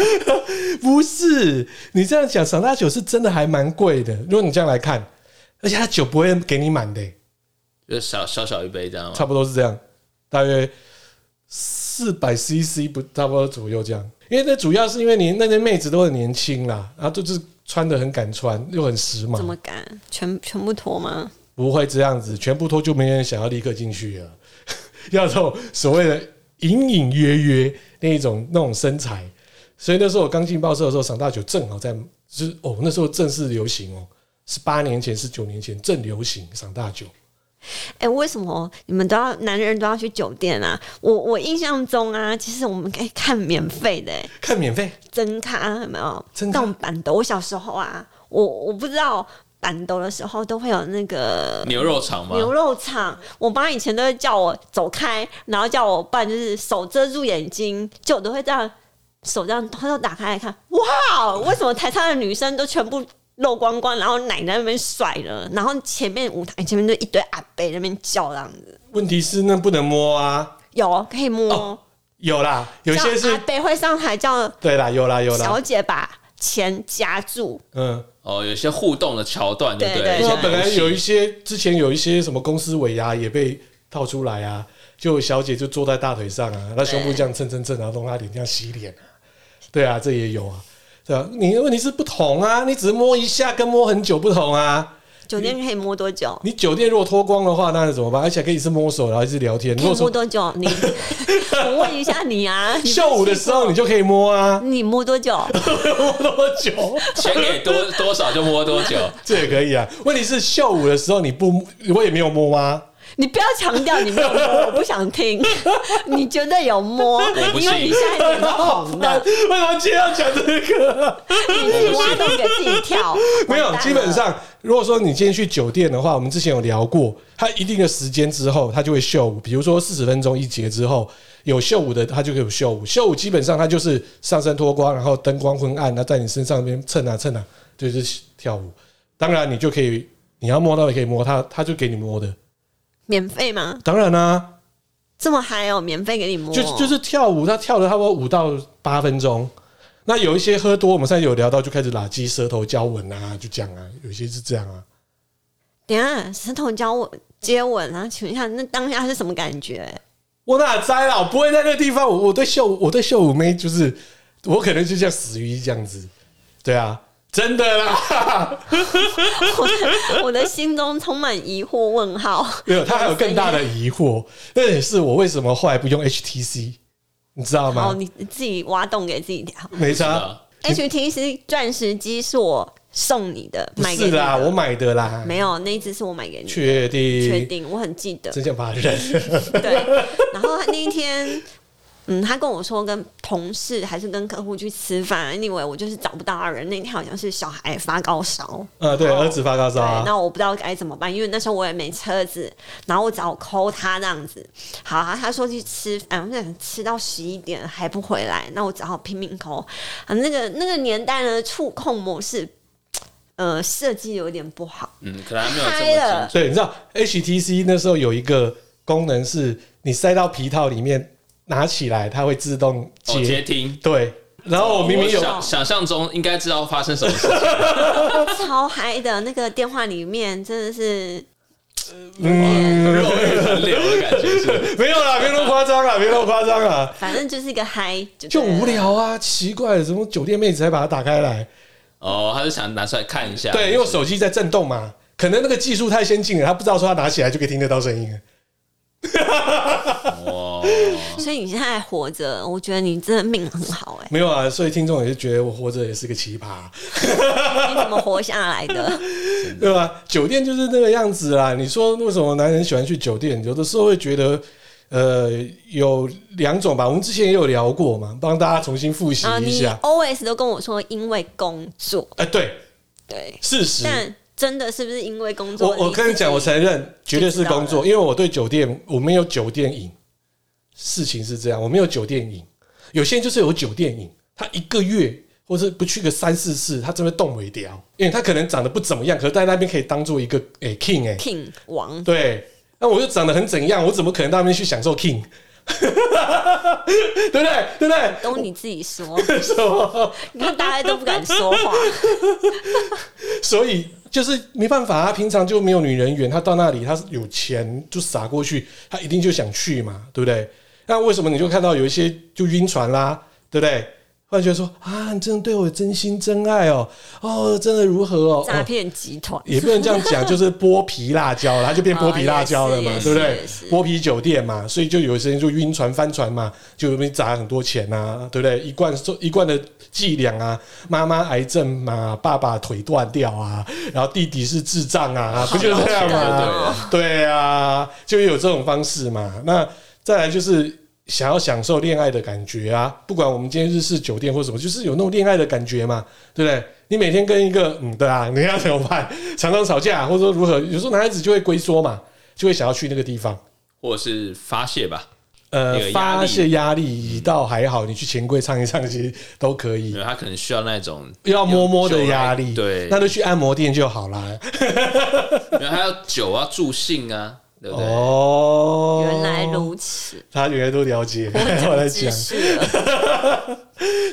Speaker 2: 不是你这样讲，赏大酒是真的还蛮贵的。如果你这样来看，而且他酒不会给你满的、
Speaker 4: 就小小小一杯这样
Speaker 3: 哦
Speaker 4: 吗
Speaker 2: 差？不多是这样，大约四百 CC 不差不多左右这样。因为那主要是因为你那些妹子都很年轻啦，然后就是穿的很敢穿，又很时
Speaker 3: 怎
Speaker 2: 髦
Speaker 3: 么，敢？全全部脱吗？
Speaker 2: 不会这样子，全部脱就没人想要立刻进去了。 要这种所谓的隐隐约约那一种那种身材，所以那时候我刚进报社的时候，赏大酒正好在，就是哦那时候正式流行哦，十八年前十九年前正流行赏大酒。
Speaker 3: 哎、为什么你们都要男人都要去酒店啊？我我印象中啊，其实我们可以看免费的、欸，
Speaker 2: 看免费，
Speaker 3: 真咖啊有没有？
Speaker 2: 真咖
Speaker 3: 那种板斗，我小时候啊，我我不知道板斗的时候都会有那个
Speaker 4: 牛肉肠吗？
Speaker 3: 牛肉场，我妈以前都会叫我走开，然后叫我不然就是手遮住眼睛，就我都会这样手这样偷偷打开来看，哇，哦为什么台上的女生都全部露光光，然后奶在那边甩了，然后前面舞台前面就一堆阿伯在那边叫这样子，
Speaker 2: 问题是那不能摸啊。
Speaker 3: 有可以摸，
Speaker 2: 哦有啦，有
Speaker 3: 叫
Speaker 2: 些
Speaker 3: 阿
Speaker 2: 是，
Speaker 3: 伯会上台叫
Speaker 2: 对啦，有啦，有
Speaker 3: 小
Speaker 2: 啦，
Speaker 3: 姐把钱夹住，
Speaker 2: 嗯，
Speaker 4: 哦，有些互动的桥段，对不
Speaker 3: 对
Speaker 4: 对？
Speaker 3: 对
Speaker 2: 那
Speaker 3: 对
Speaker 2: 本来有一
Speaker 4: 些
Speaker 2: 些之前有一些什么公司尾牙也被套出来啊，就有小姐就坐在大腿上啊，那胸部这样蹭蹭蹭，然后弄她脸这样洗脸啊，对啊，这也有啊，对啊，你的问题是不同啊，你只是摸一下跟摸很久不同啊。
Speaker 3: 酒店可以摸多久？
Speaker 2: 你酒店如果脱光的话，那怎么办？而且可以是摸手，然后一直聊天。
Speaker 3: 可
Speaker 2: 如
Speaker 3: 以
Speaker 2: 果
Speaker 3: 摸
Speaker 2: 说
Speaker 3: 多 久？你，我问一下你啊，你
Speaker 2: 下午的时候你就可以摸啊，
Speaker 3: 你摸多久？
Speaker 2: 摸多久？
Speaker 4: 钱给 多多少就摸多久，
Speaker 2: 这也可以啊。问题是下午的时候你不，我也没有摸啊吗？
Speaker 3: 你不要强调你没有摸，我不想 听。你绝对有摸，
Speaker 4: 我不信
Speaker 3: 因为你现在脸都红 的，
Speaker 2: 为什么今天要讲这个？
Speaker 3: 你自己挖洞给自己跳。
Speaker 2: 没有
Speaker 3: 完蛋，了
Speaker 2: 基本上，如果说你今天去酒店的话，我们之前有聊过，它一定的时间之后，它就会秀舞。比如说四十分钟一节之后，有秀舞的，它就会有秀舞。秀舞基本上它就是上身脱光，然后灯光昏暗，它在你身上边蹭啊蹭啊，就是跳舞。当然，你就可以，你要摸到也可以摸它，它就给你摸的。
Speaker 3: 免费吗？
Speaker 2: 当然啦、啊
Speaker 3: 这么嗨哦，免费给你摸，
Speaker 2: 就就是跳舞，他跳了差不多五到八分钟。那有一些喝多，我们上次有聊到，就开始拉鸡、舌头交吻啊，就讲啊，有一些是这样啊。
Speaker 3: 等一下石头交吻接吻啊，请问一下，那当下是什么感觉？
Speaker 2: 我哪摘啦？我不会在那个地方，我我对秀我对秀舞妹就是，我可能就像死鱼这样子，对啊，真的啦。
Speaker 3: 我的我的心中充满疑惑 问号。
Speaker 2: 没有，他还有更大的疑惑，那也是我为什么后来不用 HTC，你知道
Speaker 3: 哦，
Speaker 2: 吗？
Speaker 3: 你你自己挖洞给自己跳。
Speaker 2: 没差，
Speaker 4: 啊，
Speaker 3: HTC 钻石机是我送你的，
Speaker 2: 不
Speaker 3: 买给
Speaker 2: 是
Speaker 3: 你
Speaker 2: 啦，
Speaker 3: 的
Speaker 2: 我买的啦，
Speaker 3: 没有那一只是我买给你的，
Speaker 2: 确
Speaker 3: 确
Speaker 2: 定，
Speaker 3: 定我很记得。
Speaker 2: 真想把他认。
Speaker 3: 对，然后那一天，嗯，他跟我说跟同事还是跟客户去吃饭，anyway，我就是找不到他人。那天好像是小孩发高烧，
Speaker 2: 啊，对，儿子发高烧
Speaker 3: 对，
Speaker 2: 啊，
Speaker 3: 那我不知道该怎么办，因为那时候我也没车子，然后我只好 call 他这样子。好、啊，他说去吃嗯饭，我想吃到十一点还不回来，那我只好拼命 call。啊，那个那个年代呢，触控模式，呃，设计有点不好。
Speaker 4: 嗯，可能还没有这
Speaker 3: 嗨了
Speaker 4: 么精
Speaker 2: 所以你知道 HTC 那时候有一个功能是，你塞到皮套里面拿起来，它会自动
Speaker 4: 准。哦，接
Speaker 2: 接。
Speaker 4: 听。
Speaker 2: 对，然后哦我明明有
Speaker 4: 我想想象中应该知道发生什么 事，哦
Speaker 3: 超嗨的那个电话里面真的是
Speaker 2: 嗯，
Speaker 4: 肉欲横流的感觉是不 是。
Speaker 2: 没有啦，别那么夸张啦，别那么夸张啦，
Speaker 3: 反正就是一个嗨，就
Speaker 2: 就
Speaker 3: 对了
Speaker 2: 无。聊啊，奇怪，怎么酒店妹子才把它打开来？
Speaker 4: 哦，他是想拿出来看一下，
Speaker 2: 对，因为手机在震动嘛，可能那个技术太先进了，他不知道说他拿起来就可以听得到声音了。
Speaker 4: 哇，
Speaker 3: 所以你现在还活着，我觉得你真的命很好哎、
Speaker 2: 没有啊，所以听众也是觉得我活着也是个奇葩、
Speaker 3: 你怎么活下 来的？
Speaker 2: 对吧？酒店就是那个样子啦。你说为什么男人喜欢去酒店？有的时候会觉得，呃，有两种吧。我们之前也有聊过嘛，帮大家重新复习
Speaker 3: 啊，
Speaker 2: 一
Speaker 3: 你
Speaker 2: 下。
Speaker 3: always 都跟我说因为工作，
Speaker 2: 哎、对，
Speaker 3: 对，
Speaker 2: 事实。
Speaker 3: 但真的是不是因为工作？
Speaker 2: 我我跟你讲，我
Speaker 3: 才
Speaker 2: 承认绝对是工
Speaker 3: 就知道
Speaker 2: 作，因为我对酒店我没有酒店瘾。事情是这样，我没有酒店瘾。有些人就是有酒店瘾，他一个月或是不去个三四次，他真的动尾掉，因为他可能长得不怎么样，可是在那边可以当做一个诶、king 诶、
Speaker 3: king 王，
Speaker 2: 对，那我又长得很怎样，我怎么可能到那边去享受 king？对不对？对不对？
Speaker 3: 都你自己说，
Speaker 2: 什么？
Speaker 3: 你看大家都不敢说 话，
Speaker 2: 所以就是没办法啊，平常就没有女人缘，他到那里他有钱就撒过去，他一定就想去嘛，对不对？那为什么你就看到有一些就晕船啦，对不对？忽然觉得说啊，你真的对我真心真爱哦，哦，真的如何哦，
Speaker 3: 诈
Speaker 2: 哦
Speaker 3: 骗集团。
Speaker 2: 也不能这样讲，就是剥皮辣椒啦，就变剥皮辣椒了嘛，
Speaker 3: 哦也是
Speaker 2: 对不对
Speaker 3: 也是？
Speaker 2: 剥皮酒店嘛，所以就有些人就晕船翻船嘛，就容易砸很多钱啊，对不对？一罐一罐的伎俩啊，妈妈癌症嘛，爸爸腿断掉啊，然后弟弟是智障啊，不就这样
Speaker 3: 好
Speaker 2: 吗
Speaker 3: 有？
Speaker 2: 对
Speaker 4: 对啊
Speaker 2: 啊，就有这种方式嘛。那再来就是想要享受恋爱的感觉啊，不管我们今天日式酒店或什么，就是有那种恋爱的感觉嘛，对不对？你每天跟一个嗯，对啊，你要怎么办？常常吵架，或者说如何？有时候男孩子就会龟缩嘛，就会想要去那个地方。
Speaker 4: 或者是发泄吧，
Speaker 2: 呃
Speaker 4: 有压，力
Speaker 2: 发泄压力倒还好，你去钱柜唱一唱，其实都可以
Speaker 4: 因。为他可能需要那种，
Speaker 2: 要摸摸的压力，
Speaker 4: 啊有有对
Speaker 2: 那就去按摩店就好啦。
Speaker 4: 因为他要酒啊助兴啊，对不对？
Speaker 2: 哦，
Speaker 3: 原来如此，
Speaker 2: 他原来都了解， 我在
Speaker 3: 知
Speaker 2: 讲。
Speaker 3: 识了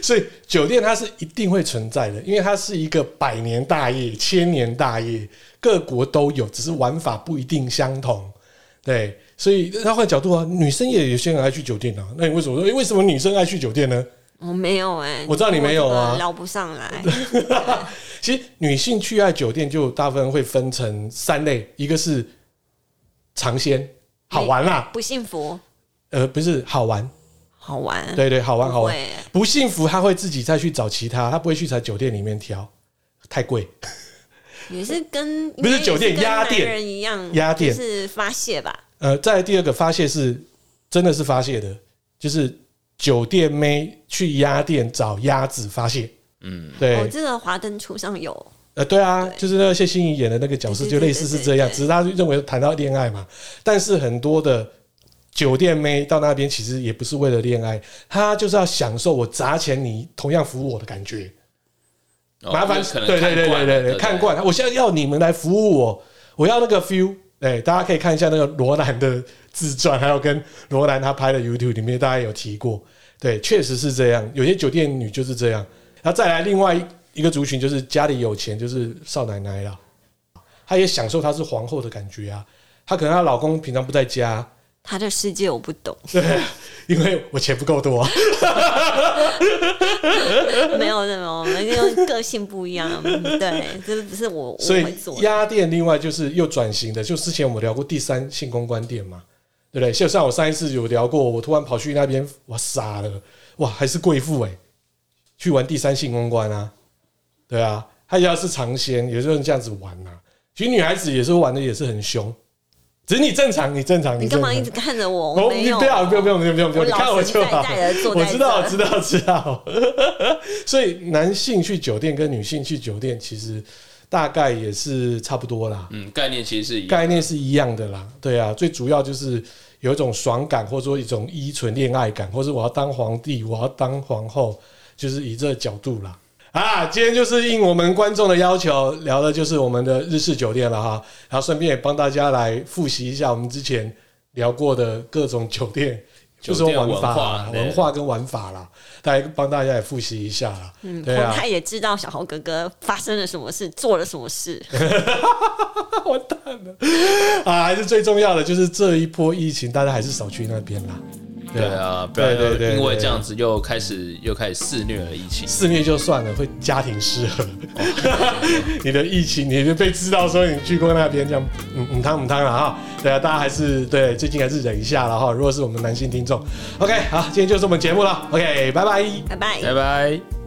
Speaker 2: 所以酒店它是一定会存在的，因为它是一个百年大业、千年大业，各国都有，只是玩法不一定相同。对，所以那换角度啊，女生也有些人爱去酒店啊。那你为什么说？诶为什么女生爱去酒店呢？
Speaker 3: 我没有哎，
Speaker 2: 我知道你没有啊
Speaker 3: 我这个聊不 上来。
Speaker 2: 其实女性去爱酒店就大部分会分成三类，一个是尝鲜，好玩啦，
Speaker 3: 不幸福，
Speaker 2: 呃，不是好玩，
Speaker 3: 好玩，
Speaker 2: 对对，好玩好玩
Speaker 3: 嗯不会。
Speaker 2: 不幸福，他会自己再去找其他，他不会去在酒店里面挑，太贵。
Speaker 3: 也是跟
Speaker 2: 不是酒店
Speaker 3: 应该
Speaker 2: 鸭
Speaker 3: 也是跟
Speaker 2: 店
Speaker 3: 男人一样，
Speaker 2: 鸭店
Speaker 3: 就是发泄吧。
Speaker 2: 呃，再来第二个发泄是真的是发泄的，就是酒店妹去鸭店找鸭子发泄。嗯，对，
Speaker 3: 哦，这个《华灯初上》有，
Speaker 2: 呃，对啊，就是那个谢欣怡演的那个角色，
Speaker 3: 对
Speaker 2: 就
Speaker 3: 对
Speaker 2: 类似是这样，
Speaker 3: 对对对
Speaker 2: 只是他认为谈到恋爱嘛，但是很多的。酒店妹到那边其实也不是为了恋爱，她就是要享受我砸钱你同样服务我的感觉。
Speaker 4: 哦
Speaker 2: 麻烦
Speaker 4: 因为可
Speaker 2: 对对
Speaker 4: 能
Speaker 2: 对
Speaker 4: 看
Speaker 2: 对对
Speaker 4: 惯了对
Speaker 2: 对，
Speaker 4: 不
Speaker 2: 看惯了。我现在要你们来服务我，我要那个 feel。哎，大家可以看一下那个罗兰的自传，还有跟罗兰他拍的 YouTube 里面，大家有提过。对，确实是这样，有些酒店女就是这样。然后再来另外一个族群，就是家里有钱，就是少奶奶啦，她也享受她是皇后的感觉啊。她可能她老公平常不在家，
Speaker 3: 他的世界我不 懂，
Speaker 2: 因为我钱不够多啊、
Speaker 3: 没有没有，我们就个性不一样，嗯对，这不是我我
Speaker 2: 所以
Speaker 3: 会做的。
Speaker 2: 鸭店另外就是又转型的，就之前我们聊过第三性公关店嘛，对不对？就像我上一次有聊过，我突然跑去那边，哇傻了，哇还是贵妇哎、去玩第三性公关啊，对啊，他要是尝鲜，有时候这样子玩啊。其实女孩子也是玩的也是很凶，只是你正常，你正常，
Speaker 3: 你
Speaker 2: 正常
Speaker 3: 干嘛一直看着我？
Speaker 2: 我
Speaker 3: 我没有，啊
Speaker 2: 不哦啊要不要不要不要不要不要，
Speaker 3: 我
Speaker 2: 你
Speaker 3: 老
Speaker 2: 看我
Speaker 3: 实
Speaker 2: 就好
Speaker 3: 在在地坐。
Speaker 2: 我
Speaker 3: 在
Speaker 2: 知道
Speaker 3: 这
Speaker 2: 知道知道。 所以男性去酒店跟女性去酒店其实大概也是差不多啦，
Speaker 4: 嗯，概念其实是一样
Speaker 2: 概念是一样的啦。对啊，最主要就是有一种爽感，或者说一种依纯恋爱感，或者我要当皇帝，我要当皇后，就是以这个角度啦。啊，今天就是应我们观众的要求，聊的就是我们的日式酒店了哈。然后顺便也帮大家来复习一下我们之前聊过的各种酒店，就是
Speaker 4: 酒店
Speaker 2: 玩法
Speaker 4: 文
Speaker 2: 啦、
Speaker 4: 化对
Speaker 2: 文化跟玩法啦，大家帮大家也复习一下啦。
Speaker 3: 嗯，
Speaker 2: 对啊，
Speaker 3: 他也知道小豪哥哥发生了什么事，做了什 么事。
Speaker 2: 啊，还是最重要的就是这一波疫情，大家还是少去那边啦。
Speaker 4: 对啊，不
Speaker 2: 对
Speaker 4: 然
Speaker 2: 对对，
Speaker 4: 因
Speaker 2: 对
Speaker 4: 为这样子又开始又开始肆虐了疫情。
Speaker 2: 肆虐就算了，会家庭失和。 你的疫情，你就被知道说你去过那边，这样嗯嗯汤嗯汤了哈。对啊，大家还是对最近还是忍一下了哈。如果是我们男性听众，OK，好，今天就是我们节目了，OK，拜拜。
Speaker 3: 拜拜。
Speaker 4: 拜拜。